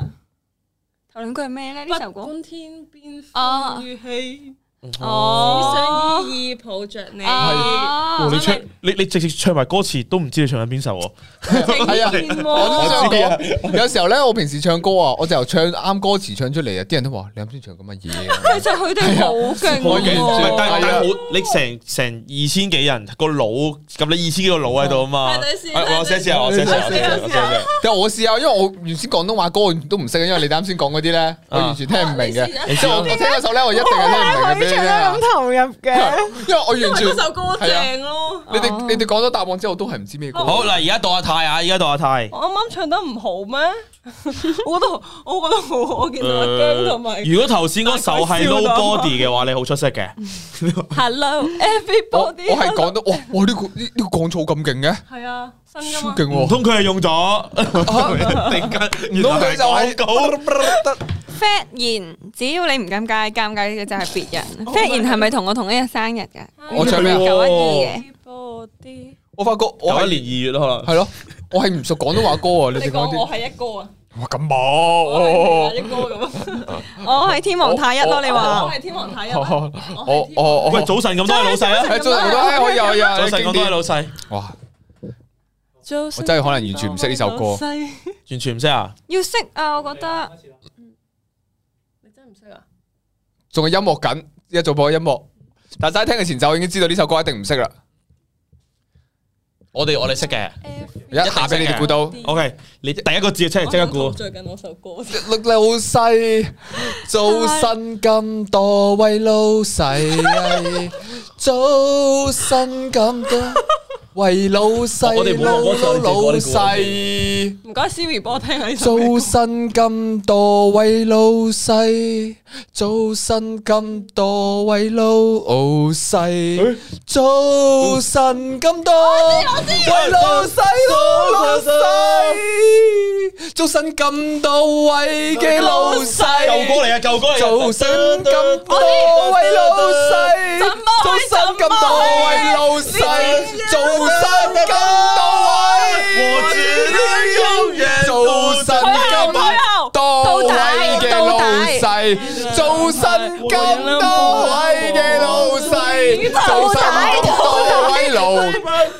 頭兩句係咩咧？呢首
不
歌
管天邊
啊
風與起，
哦
相依依抱着你。
아,
哇
啊
你
哦
唱你你直接唱埋歌詞都唔知你唱緊邊首喎。
係啊，
뭐.
我都想
我知啊
講。有時候咧，我平時唱歌啊，我就唱啱歌詞唱出嚟啊，啲人都話你啱先唱緊乜嘢啊？
아,
其實佢哋好
뭐. 그
勁
我完全
唔係
喎，
但
係啊
但好，你成成二千幾人個腦，咁你二千幾個腦喺度啊嘛。
哦係等先
哎我寫試下，我寫試下，我寫試下。
但我試下，因為我原先廣東話歌都唔識啊嘅，因為你啱先講嗰啲咧，
啊
我完全聽唔明嘅。
你
即係我我
試
聽嗰首咧，我一定係聽唔明嘅俾你聽 啊。
投入嘅。
因為我完全啊
首歌正咯，
你哋你哋講咗答案之後，我都係唔知咩歌。
好嗱，而家到阿泰啊，而家到阿泰。
我啱啱唱得唔好咩？我覺得我覺得好，我
어.
見到阿姜同埋
呃如果頭先嗰首係 low body 嘅話，你好出色嘅。
Hello
我
everybody，
我係講到哇哇呢個呢呢個降噪咁勁嘅，
係啊，新噶
超
嘛，
勁
唔
喎！
通佢係用咗？突然間，原
咁
來
佢
係
就
廣
係
告。
Fat 言，只要你唔尷尬，尷尬嘅就係別人。Fat 言係咪同我同一日生日噶？
我唱咩啊
九一二嘅。
everybody，
我發覺我
九
係
一年二月咯，可能。
係咯，我係唔熟廣東話歌啊！你哋
어,
講啲
係一哥啊，
哇咁 어. 冇。
一哥咁啊，
我係天王太一咯，你話
係天王太
我啊我我
喂，早晨咁多位老細啊！
係哦 早晨，我可以有有
早晨
經
咁多位
典。
老細，
哇！
我
我真係可能完全唔識呢首 歌
完全唔識啊！
要識啊！我覺得
你真係唔識啊？
仲係音樂緊，一早播音樂，但係齋聽嘅前奏已經知道呢首歌一定唔識啦。
我哋我哋識嘅。
一下俾你哋估 到。
OK，你第一個字出嚟即
어,
刻估。
最近我首歌，
老老細早晨咁多位老細，早晨咁多位老細，
我哋冇
老
攞
老
嗰首
老
你自己講
細，
唔該 Siri 幫我聽下呢
早
首歌。
晨咁多位老細，早晨咁多位老細，早晨咁多位老細，老老細，早晨咁多位嘅老細，
舊歌嚟啊，舊歌嚟啊！
早晨咁多位老細，早晨咁多位老細，早晨咁多
我知你永，
位
遠
早晨咁多位嘅老細，早晨咁多位嘅老細，早晨咁多位老，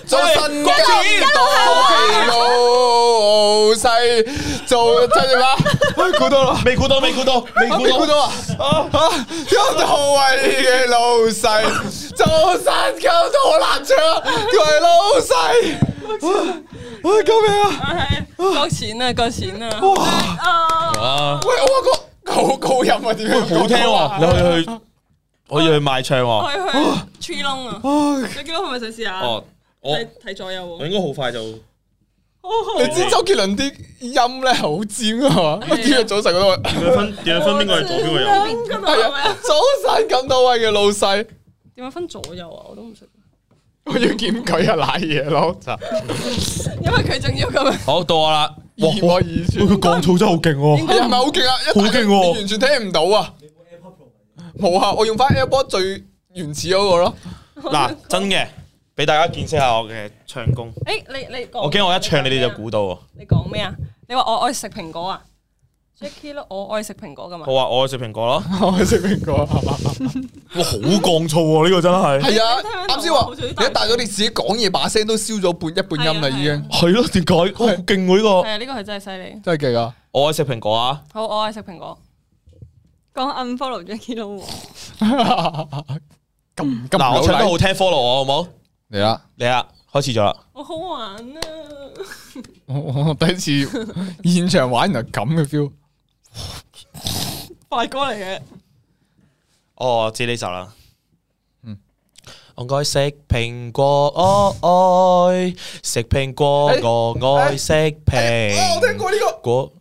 早晨咁多位老細，做真係嘛？
喂，估到啦，未估到，未估到，未
你估
估
到
到。
啊！啊，邱道位嘅老細，做山溝都好難唱，佢係老細。 喂，救命啊！
個錢啊，個錢啊！ 어,
哇，
喂，我個好高音啊，點樣啊
好聽喎！你可以去，可以去賣唱
어,
喎。
我去 tree long
어.
啊！你見到係咪想試下？
哦，我
睇睇左右
我
喎。
應該好快就點
你
어,
知周杰倫啲音咧好尖啊嘛？呢個早晨嗰位
樣分？點樣分邊個係左邊個右？
係啊，早晨咁多位嘅老細，
點樣分左右啊？我都唔識，
我要檢舉啊，賴嘢咯，
因為佢仲要咁樣。
好到我啦！
嫌我耳
佢
傳。
降噪真係好勁喎！
係咪好勁啊？
好勁喎
你完全聽唔到啊！冇啊，我用翻 AirPod 最原始嗰個咯。
嗱，真嘅，俾大家見識下我嘅唱功。
誒，你你講
我驚我一唱你哋就估到喎。
你講咩啊？你話我愛食蘋果啊？Jackie 咯，我愛食蘋果噶嘛？
我話我愛食蘋果咯。
我食蘋果係嘛？
哇，好降噪喎！呢個真係
係啊
你聽唔聽，到啊
啱先話
好似
你
啲
一
大
大咗，你自己講嘢把聲都燒咗半一半音啦，
係啊
已經
係咯，點解哇好勁喎？呢
係
個
啊，呢個係真係犀利。
真係勁啊！
我愛食蘋果啊！
好，我愛食蘋果。
講 unfollow Jackie 咯喎，
咁咁
嗱，我唱得啊
扭
好聽，follow 我好冇？
嚟啦！
你啊，開始咗啦。
我好玩啊！
我我第一次現場玩原來咁嘅 feel，
快歌嚟嘅，
哦，我知呢首啦。嗯我愛食蘋果，我愛食蘋果，
哎
我愛食
哎我聽
蘋
過呢個，
果。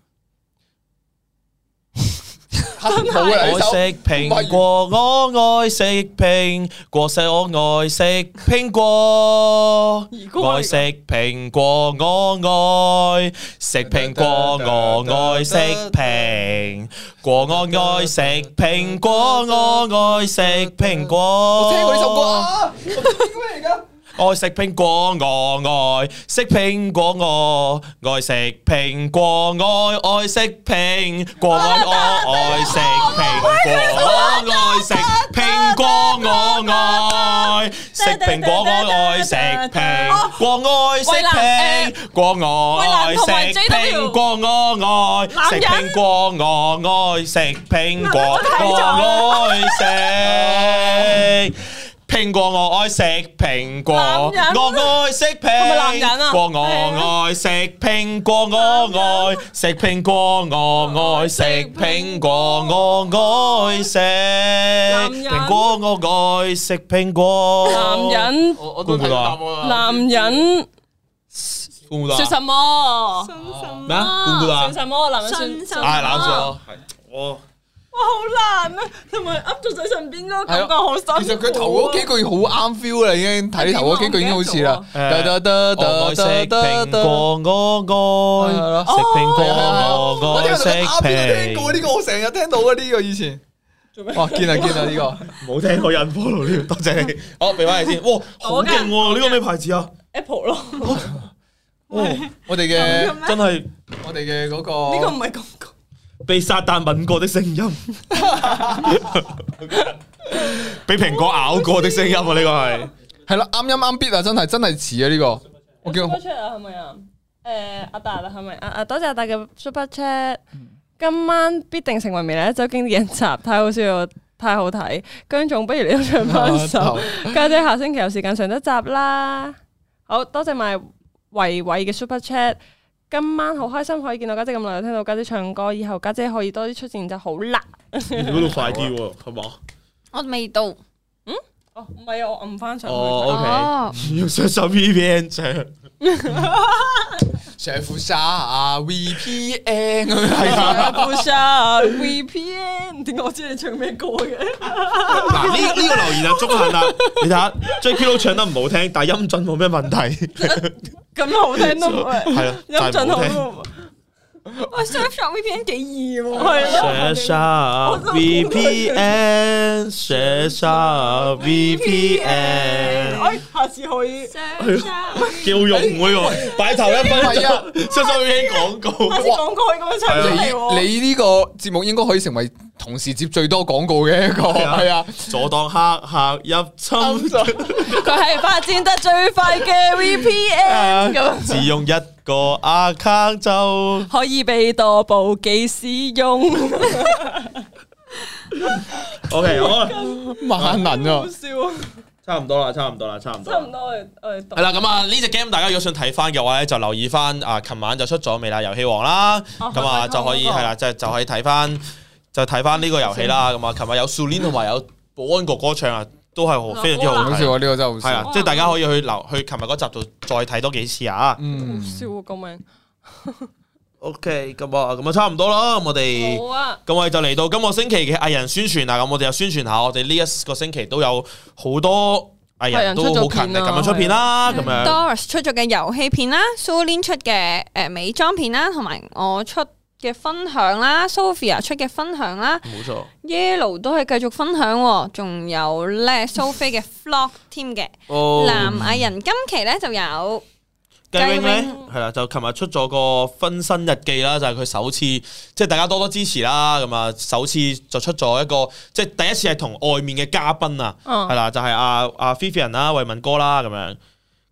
黑冇嘅
我食蘋果，我愛食蘋果，細我愛食蘋果，愛食蘋果，我愛食蘋果，我愛食蘋果，我愛食蘋果，我愛食蘋果。
我聽過呢首歌啊，咩嚟噶？
愛食蘋果，我愛食蘋果，我愛食蘋果，我愛食蘋果，我愛食蘋果，我愛食蘋果，我愛食蘋果，我愛食蘋果，我愛食蘋果，我愛食蘋果，我愛食蘋果，我愛食蘋果，我愛食。蘋果我愛食蘋果，我愛食蘋果，我愛食蘋果，我愛食蘋果，我愛食蘋果，我愛食蘋果，我愛食蘋果。
男人，
我我都睇答案啦。
男人
估唔到
算什么？
咩啊？估唔到啊
算？什么？男人
信
算
心
算
唉，攬
啊
咗，係我
哇，好難啊！同埋噏到仔身邊嗰個感覺好辛苦啊。
其實佢頭嗰幾句好啱 feel 啦，已經睇頭嗰幾句已經好似啦。
點啊我唔記得我
Ờ,
愛食蘋果，我愛食
Ờ,
蘋果，我
我
愛
呢個
食
啱啱聽
蘋
過呢個，我成日聽到啊呢個以前。哇，見啊啦見啦呢 個，
冇聽過人 follow 呢 個，多謝你。好，俾翻你先。哇，好勁喎！呢個咩牌子 啊？
Apple 咯，
哇，
我哋嘅
真係
我哋嘅嗰
呢個唔
個，
係廣告。
被撒旦吻過的聲 音，被蘋果咬過的聲音啊！呢個係
係啦啱音啱 beat 啊，真係真係似啊呢個。我 見
Super Chat 啊，係咪啊？誒，阿達啊，係咪啊？啊，多謝阿達嘅 Super Chat。今晚必定成為未來一周經典集，太好笑，太好睇。姜總，不如你都唱翻首。家姐下星期有時間上一集啦。好多謝埋維維嘅 Super Chat。今晚好開心可以見到家姐咁耐，又聽到家姐唱歌，以後家姐可以多啲出現就好啦。
嗰度快啲喎，係嘛？
我未到，
哦，唔係啊，我撳翻上去。
哦
哦
，OK，要上上 VPN 唱，
上副沙啊 VPN 咁樣。
係啊。
不下 VPN，點解我知你唱咩歌嘅？
嗱呢呢個留言就中肯啦，你睇下 JQ 都唱得唔好聽，但係音準冇咩問題，
咁好聽都唔係，
係啊，
音準好
就係
都唔係
我 search 上 VPN 幾
哦
易喎，
係啊咯。
Share sharp VPN, share sharp VPN，
哎，下次可以。
search 上
叫用喎呢個，擺頭一分
係啊
鐘，share sharp VPN 廣
下次
告，
廣告可以咁樣唱出嚟喎。
你你呢個節目應該可以成為同時接最多廣告嘅一個，係啊，
阻擋黑客入侵，
佢係發展得最快嘅 VPN 咁，
只用一個 account 就
可以被多部機使用。
OK，好啊啦，
萬能啊！
笑啊！
差唔多啦，差唔多啦，差唔多啦。
多我哋我哋讀
系啦，咁啊呢只 game 大家如果想睇翻嘅話咧，就留意翻啊，琴晚就出咗《未啦遊戲王》啦，
哦
咁啊
係
就可以
嗰個
係啦，就就可以睇翻就睇翻呢個遊戲啦。咁啊，琴日有 Sulin 同埋有保安哥哥唱啊，都係好非常之好
好
睇
笑。啊！呢個真係好
係啊
笑。，
即係大家可以去留去琴日嗰集度再睇多幾次啊。
好
嗯，
笑啊！救命！
OK，咁啊，咁啊差唔多啦，咁我哋。
好啊！
咁我哋就嚟到今個星期嘅藝人宣傳啦，咁我哋又宣傳下，我哋呢一個星期都有好多藝
藝
人
人
都
出咗
好勤力
片
咁
啊
樣出片啦，咁樣。
Doris 出咗嘅遊戲片啦，Sulin 出嘅誒美妝片啦，同埋我出嘅分享啦，Sophia 出嘅分享啦
冇錯。
，Yellow 都係繼續分享喎，仲有咧蘇菲嘅 vlog 添嘅。
哦
男藝人今期咧就有
雞 wing 咧
雞 wing
係啦，就琴日出咗個分身日記啦，就係佢首次，即係大家多多支持啦。咁啊，首次就出咗一個，即係第一次係同外面嘅嘉賓啊，
嗯
係啦，就係阿阿 Fifi 人啦、慧敏哥啦咁樣。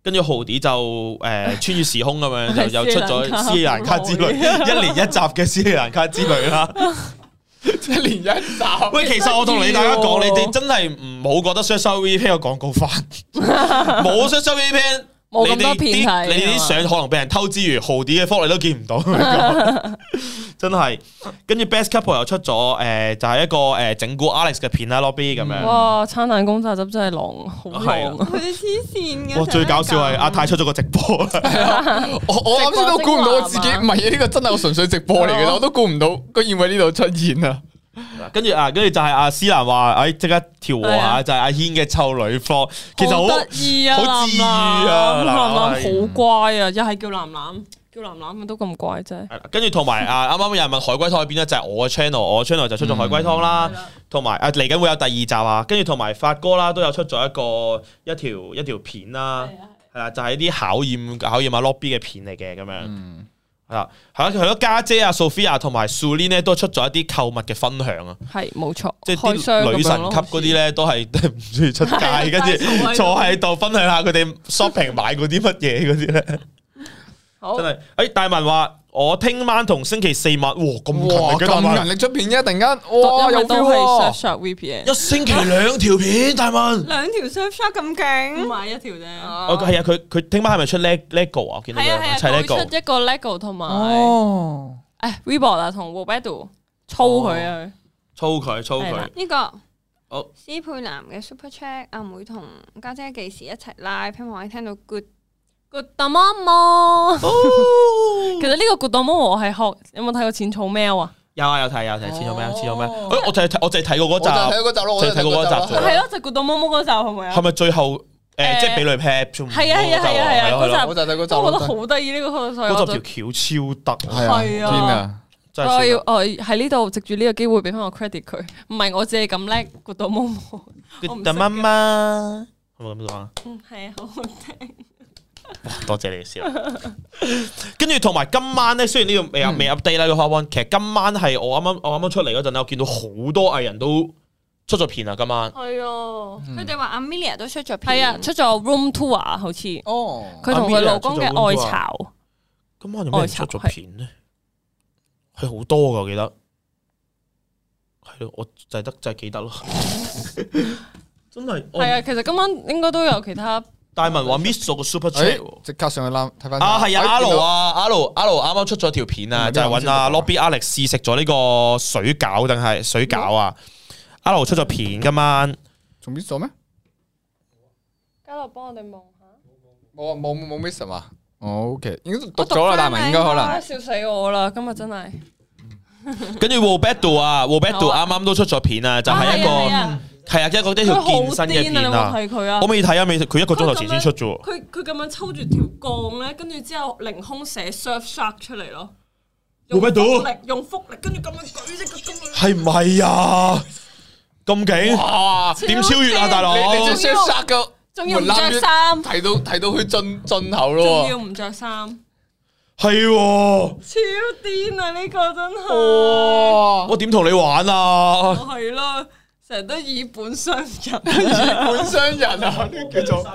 跟住豪啲就 誒、呃穿越時空咁樣，就又出咗斯里蘭卡之旅，一年一集嘅斯里蘭卡之旅啦。
一年一集，
喂，其實我同你大家講，你哋真係唔好覺得 s h i r s h V P 嘅廣告 翻，冇 s h i r s h V P，
冇咁多片睇
你哋啲相可能俾人偷之餘，豪啲嘅福利都見唔 到，真係。跟住 Best Couple 又出咗誒，就係一個誒整蠱 Alex 嘅片啦，Lobby 咁樣。
嗯哇！餐蛋公炸汁真係狼，好
係啊
狼啊！
佢哋黐線嘅。
哇！最搞笑係阿泰出咗個直播 啦，
我我啱先都估唔到我自己，
直
唔
播
係呢個真係我純粹直播嚟嘅，我都估唔到居然喺呢度出現啊！
跟住啊，跟住就係阿思蘭話，哎，即刻跳和
係啊
下，就係阿軒嘅臭女科，其實好
好得意啊，
好治愈啊
藍藍
藍藍
藍藍好乖啊，一係叫藍藍，叫藍藍都咁乖
係
啫。
啦跟住同埋啊，啱啱有人問海龜湯喺邊咧，就係我嘅 channel，我嘅 channel 就出咗海龜湯啦
係，啦
同埋啊嚟緊會有第二集啊，跟住同埋發哥啦都有出咗一個一條一條片啦，
係啊
係啦，就係啲考驗考驗阿 Lobby 嘅片嚟嘅咁樣。
嗯，
係啦，係啦，佢咗家姐啊，Sophia 同埋 Sulin 咧都出咗一啲購物嘅分享啊，
係冇錯，
即係
開箱咁
啲女神
樣咯
級嗰啲，咧都係 唔中意出街，跟住
好似
坐喺度分享下佢哋 shopping 買過啲乜嘢嗰啲咧，
好
真係。誒，大文話我聽晚同星期四晚，哇咁啊勤
哇，
力嘅大
咁
啊
文，
勤力出片啫，突然間，哇，
因
有 feel
為都係 search
喎，
shop VPN，
一星期兩條片，大
啊
文。
兩條 surf shop 咁
唔
勁，
買一條啫。
哦，係啊，佢佢聽晚係咪出 leg lego 啊？我見到
係啊
佢
係啊，
砌
佢會
lego
出。一個 LEGO 同埋
哦，
誒 r e b o t 啊，同 w o b e d o 操佢啊，
操佢，操
係啦
佢，
呢個。
好
施佩南嘅 Super Check，阿妹同家姐幾時一齊 live？希望可以聽到 good。
佢 Good 媽媽。
哦
其實呢個 Good 媽媽我係學，有冇睇過淺草喵啊？
有啊有睇有睇，黐咗咩？黐咗咩？
哦
哎誒我就係睇我就係睇過
我就
嗰集
睇。嗰集咯，我
就睇過嗰集啫
係咯，就 Good 媽媽嗰集係咪啊
系？咪最後诶，
誒
即係俾女 pat
係啊係啊係啊係啊嗰集
我就睇嗰集，
我覺得好得意呢個所以
嗰
我
集
就
條橋超得，
係啊，
係啊
天啊，
真
所以我
係
要我喺呢度藉住呢個機會俾翻個 credit 佢，唔係我自己咁叻 Good 媽媽。我唔識
得媽媽，係咪咁講啊？
嗯，係啊，好好聽。
哇多謝你先。跟住同埋今晚咧，雖然呢度未有未 update 啦個 hot one，其實今晚係我啱啱我啱啱出嚟嗰陣咧，我見到好多藝人都出咗片啊！今晚
係啊，
佢
嗯
哋話阿 Milia 都出咗片，
係啊，出咗 Room Tour 啊好似佢
哦，
同佢老公嘅
啊
愛巢，
今晚有咩人出咗片咧？係好多噶，我記得。係咯，我就係得就係記得咯。真係我唔
係啊，其實今晚應該都有其他
大文話 miss 咗個 super chat
誒
喎。
即刻上去攬睇翻
啊，係啊，
哎
阿
見
L
到
啊，阿 L 阿 L 啱啱出咗條片啊，
嗯
就係
邊
揾
個
阿
唔知
Lobby Alex 試食咗呢個水餃定係水餃啊。阿 L 出咗片今晚，
仲 miss 咗咩？
嘉樂幫我哋望下。
冇啊冇冇冇 miss 啊嘛哦？OK，應該讀咗啦，大文應該可
啊！
能
笑死我啦！今日真係，
跟住 Wobedo 啊，Wobedo
好啊
啱啱都出咗片啊，就係一個
啊係啊
係啊，一個一
佢
條
好
健
癲啊！
身嘅
你有
片
冇
啊。
睇佢啊
我？未睇啊，未佢一個鐘頭前先出啫喎。
佢佢咁樣抽住條鋼咧，跟住之後凌空寫 surf shark 出嚟咯。
冇乜到
用腹力，用腹力，跟住咁樣舉隻腳咁樣。
係唔係啊？咁勁，
哇！
點超越啊，大佬？
你
어.
你只 shot 嘅
仲要唔
門檻
着衫，
提到提到佢進進口
仲
咯
要
喎，
唔着衫，
係喎，
超癲啊！呢個真係，
哇！
我點同你玩啊？
係咯，成日都以本傷人。
本商人啊，呢個叫做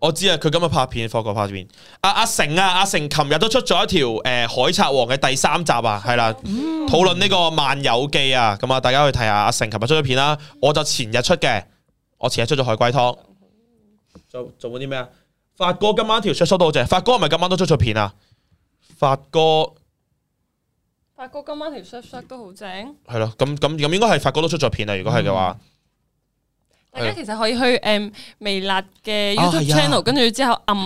我知啊，佢今日拍片，法國拍片。阿阿成啊，阿成琴日都出咗一條誒、呃海賊王嘅第三集啊，係啦，討論呢個漫遊記啊，咁啊，大家去睇下阿成琴日出咗片啦，我就前日出嘅，我前日出咗海龜湯。做做咗啲咩啊？發哥今晚條 shot 收到好正，發哥係咪今晚都出咗片啊？發哥
發哥今晚條 surf shark 都好正，
係咯，咁咁咁應該係發哥都出咗片啊，如果係嘅話。
大家其實可以去誒微辣嘅
啊
YouTube
係啊
channel，跟住之後暗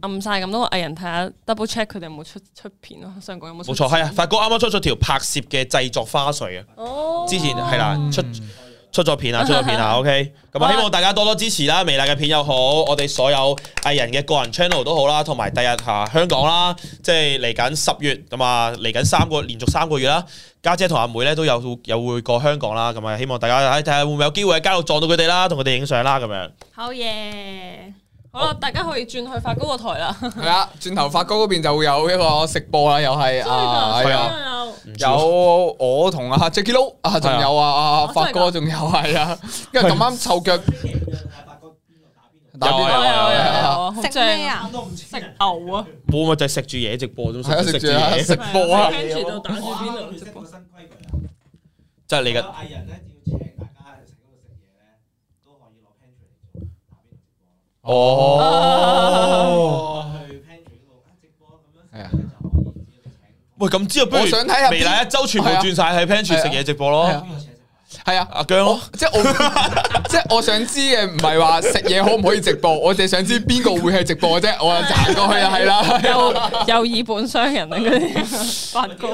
暗晒咁多個藝人睇下 double check 佢哋有冇出出片咯，想講有冇出
冇錯，係啊！
片
發哥啱啱出咗條拍攝嘅製作花絮啊，
哦，
之前係啦出
嗯
出咗 片啊，出咗片啊，OK。咁啊，
好啊
希望大家多多支持啦，微辣嘅片又好，我哋所有藝人嘅個人 channel 都好啦，同埋第日嚇香港啦，即係嚟緊十月咁啊，嚟緊三個連續三個月啦，家姐同阿妹咧都有有會過香港啦，咁啊，希望大家睇睇下會唔會有機會喺街度撞到佢哋啦，同佢哋影相啦，咁樣。
好嘢。
好啦，大家可以轉去發哥個台啦。
係啦，轉頭發哥嗰邊就會有一個食播啦，又係
真係
啊，
係
係
啊
啊。
㗎，
唔知
有我同阿 Jackie Lou 啊，仲有啊啊
哦
發哥，仲
真
有係啊，因為咁啱湊 腳打邊
有
有
啊
爐
有有
係啊
有，好
食
正
咩？啊？
食牛啊，
冇咪就係食住嘢直播啫，
係啊，
食
食
食住
住啊，
嘢，
食播啊，
跟住就打住邊度直播。
即係你嘅。哦，
係啊，
喂，咁之後不如
我想睇下邊
微辣一周全部轉晒喺 Pantry 食嘢直播
係
咯
啊，係啊，
阿姜咯。
即係我 即係我想知嘅唔係話食嘢可唔可以直播，我淨係想知邊個會係直播啫，我就行過去啊，係啦，
又又以本傷人啊！嗰啲發哥，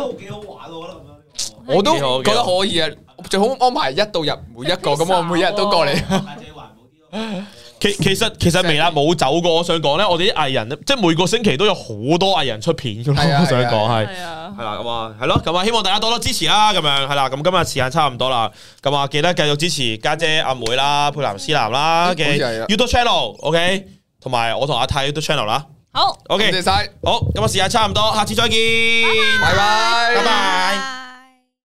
我都
幾好
覺得可以啊，最好安排一到日每一個，咁我每日都過嚟。
其其實其實微辣冇走過，我想講咧，我哋啲藝人即係每個星期都有好多藝人出片噶咯，
啊係啊
我想講係。
係啊
系，啦，咁啊，系咯，咁啊，希望大家多多支持啦，咁樣係啦，咁今日時間差唔多啦，咁啊，記得繼續支持家姐、阿妹啦、佩蘭思南啦嘅
好似係啊
YouTube channel，OK，同埋我同阿泰 YouTube channel 啦
好。
多謝
，OK，
晒，
好，咁啊，時間差唔多，下次再見，
拜拜，
拜拜。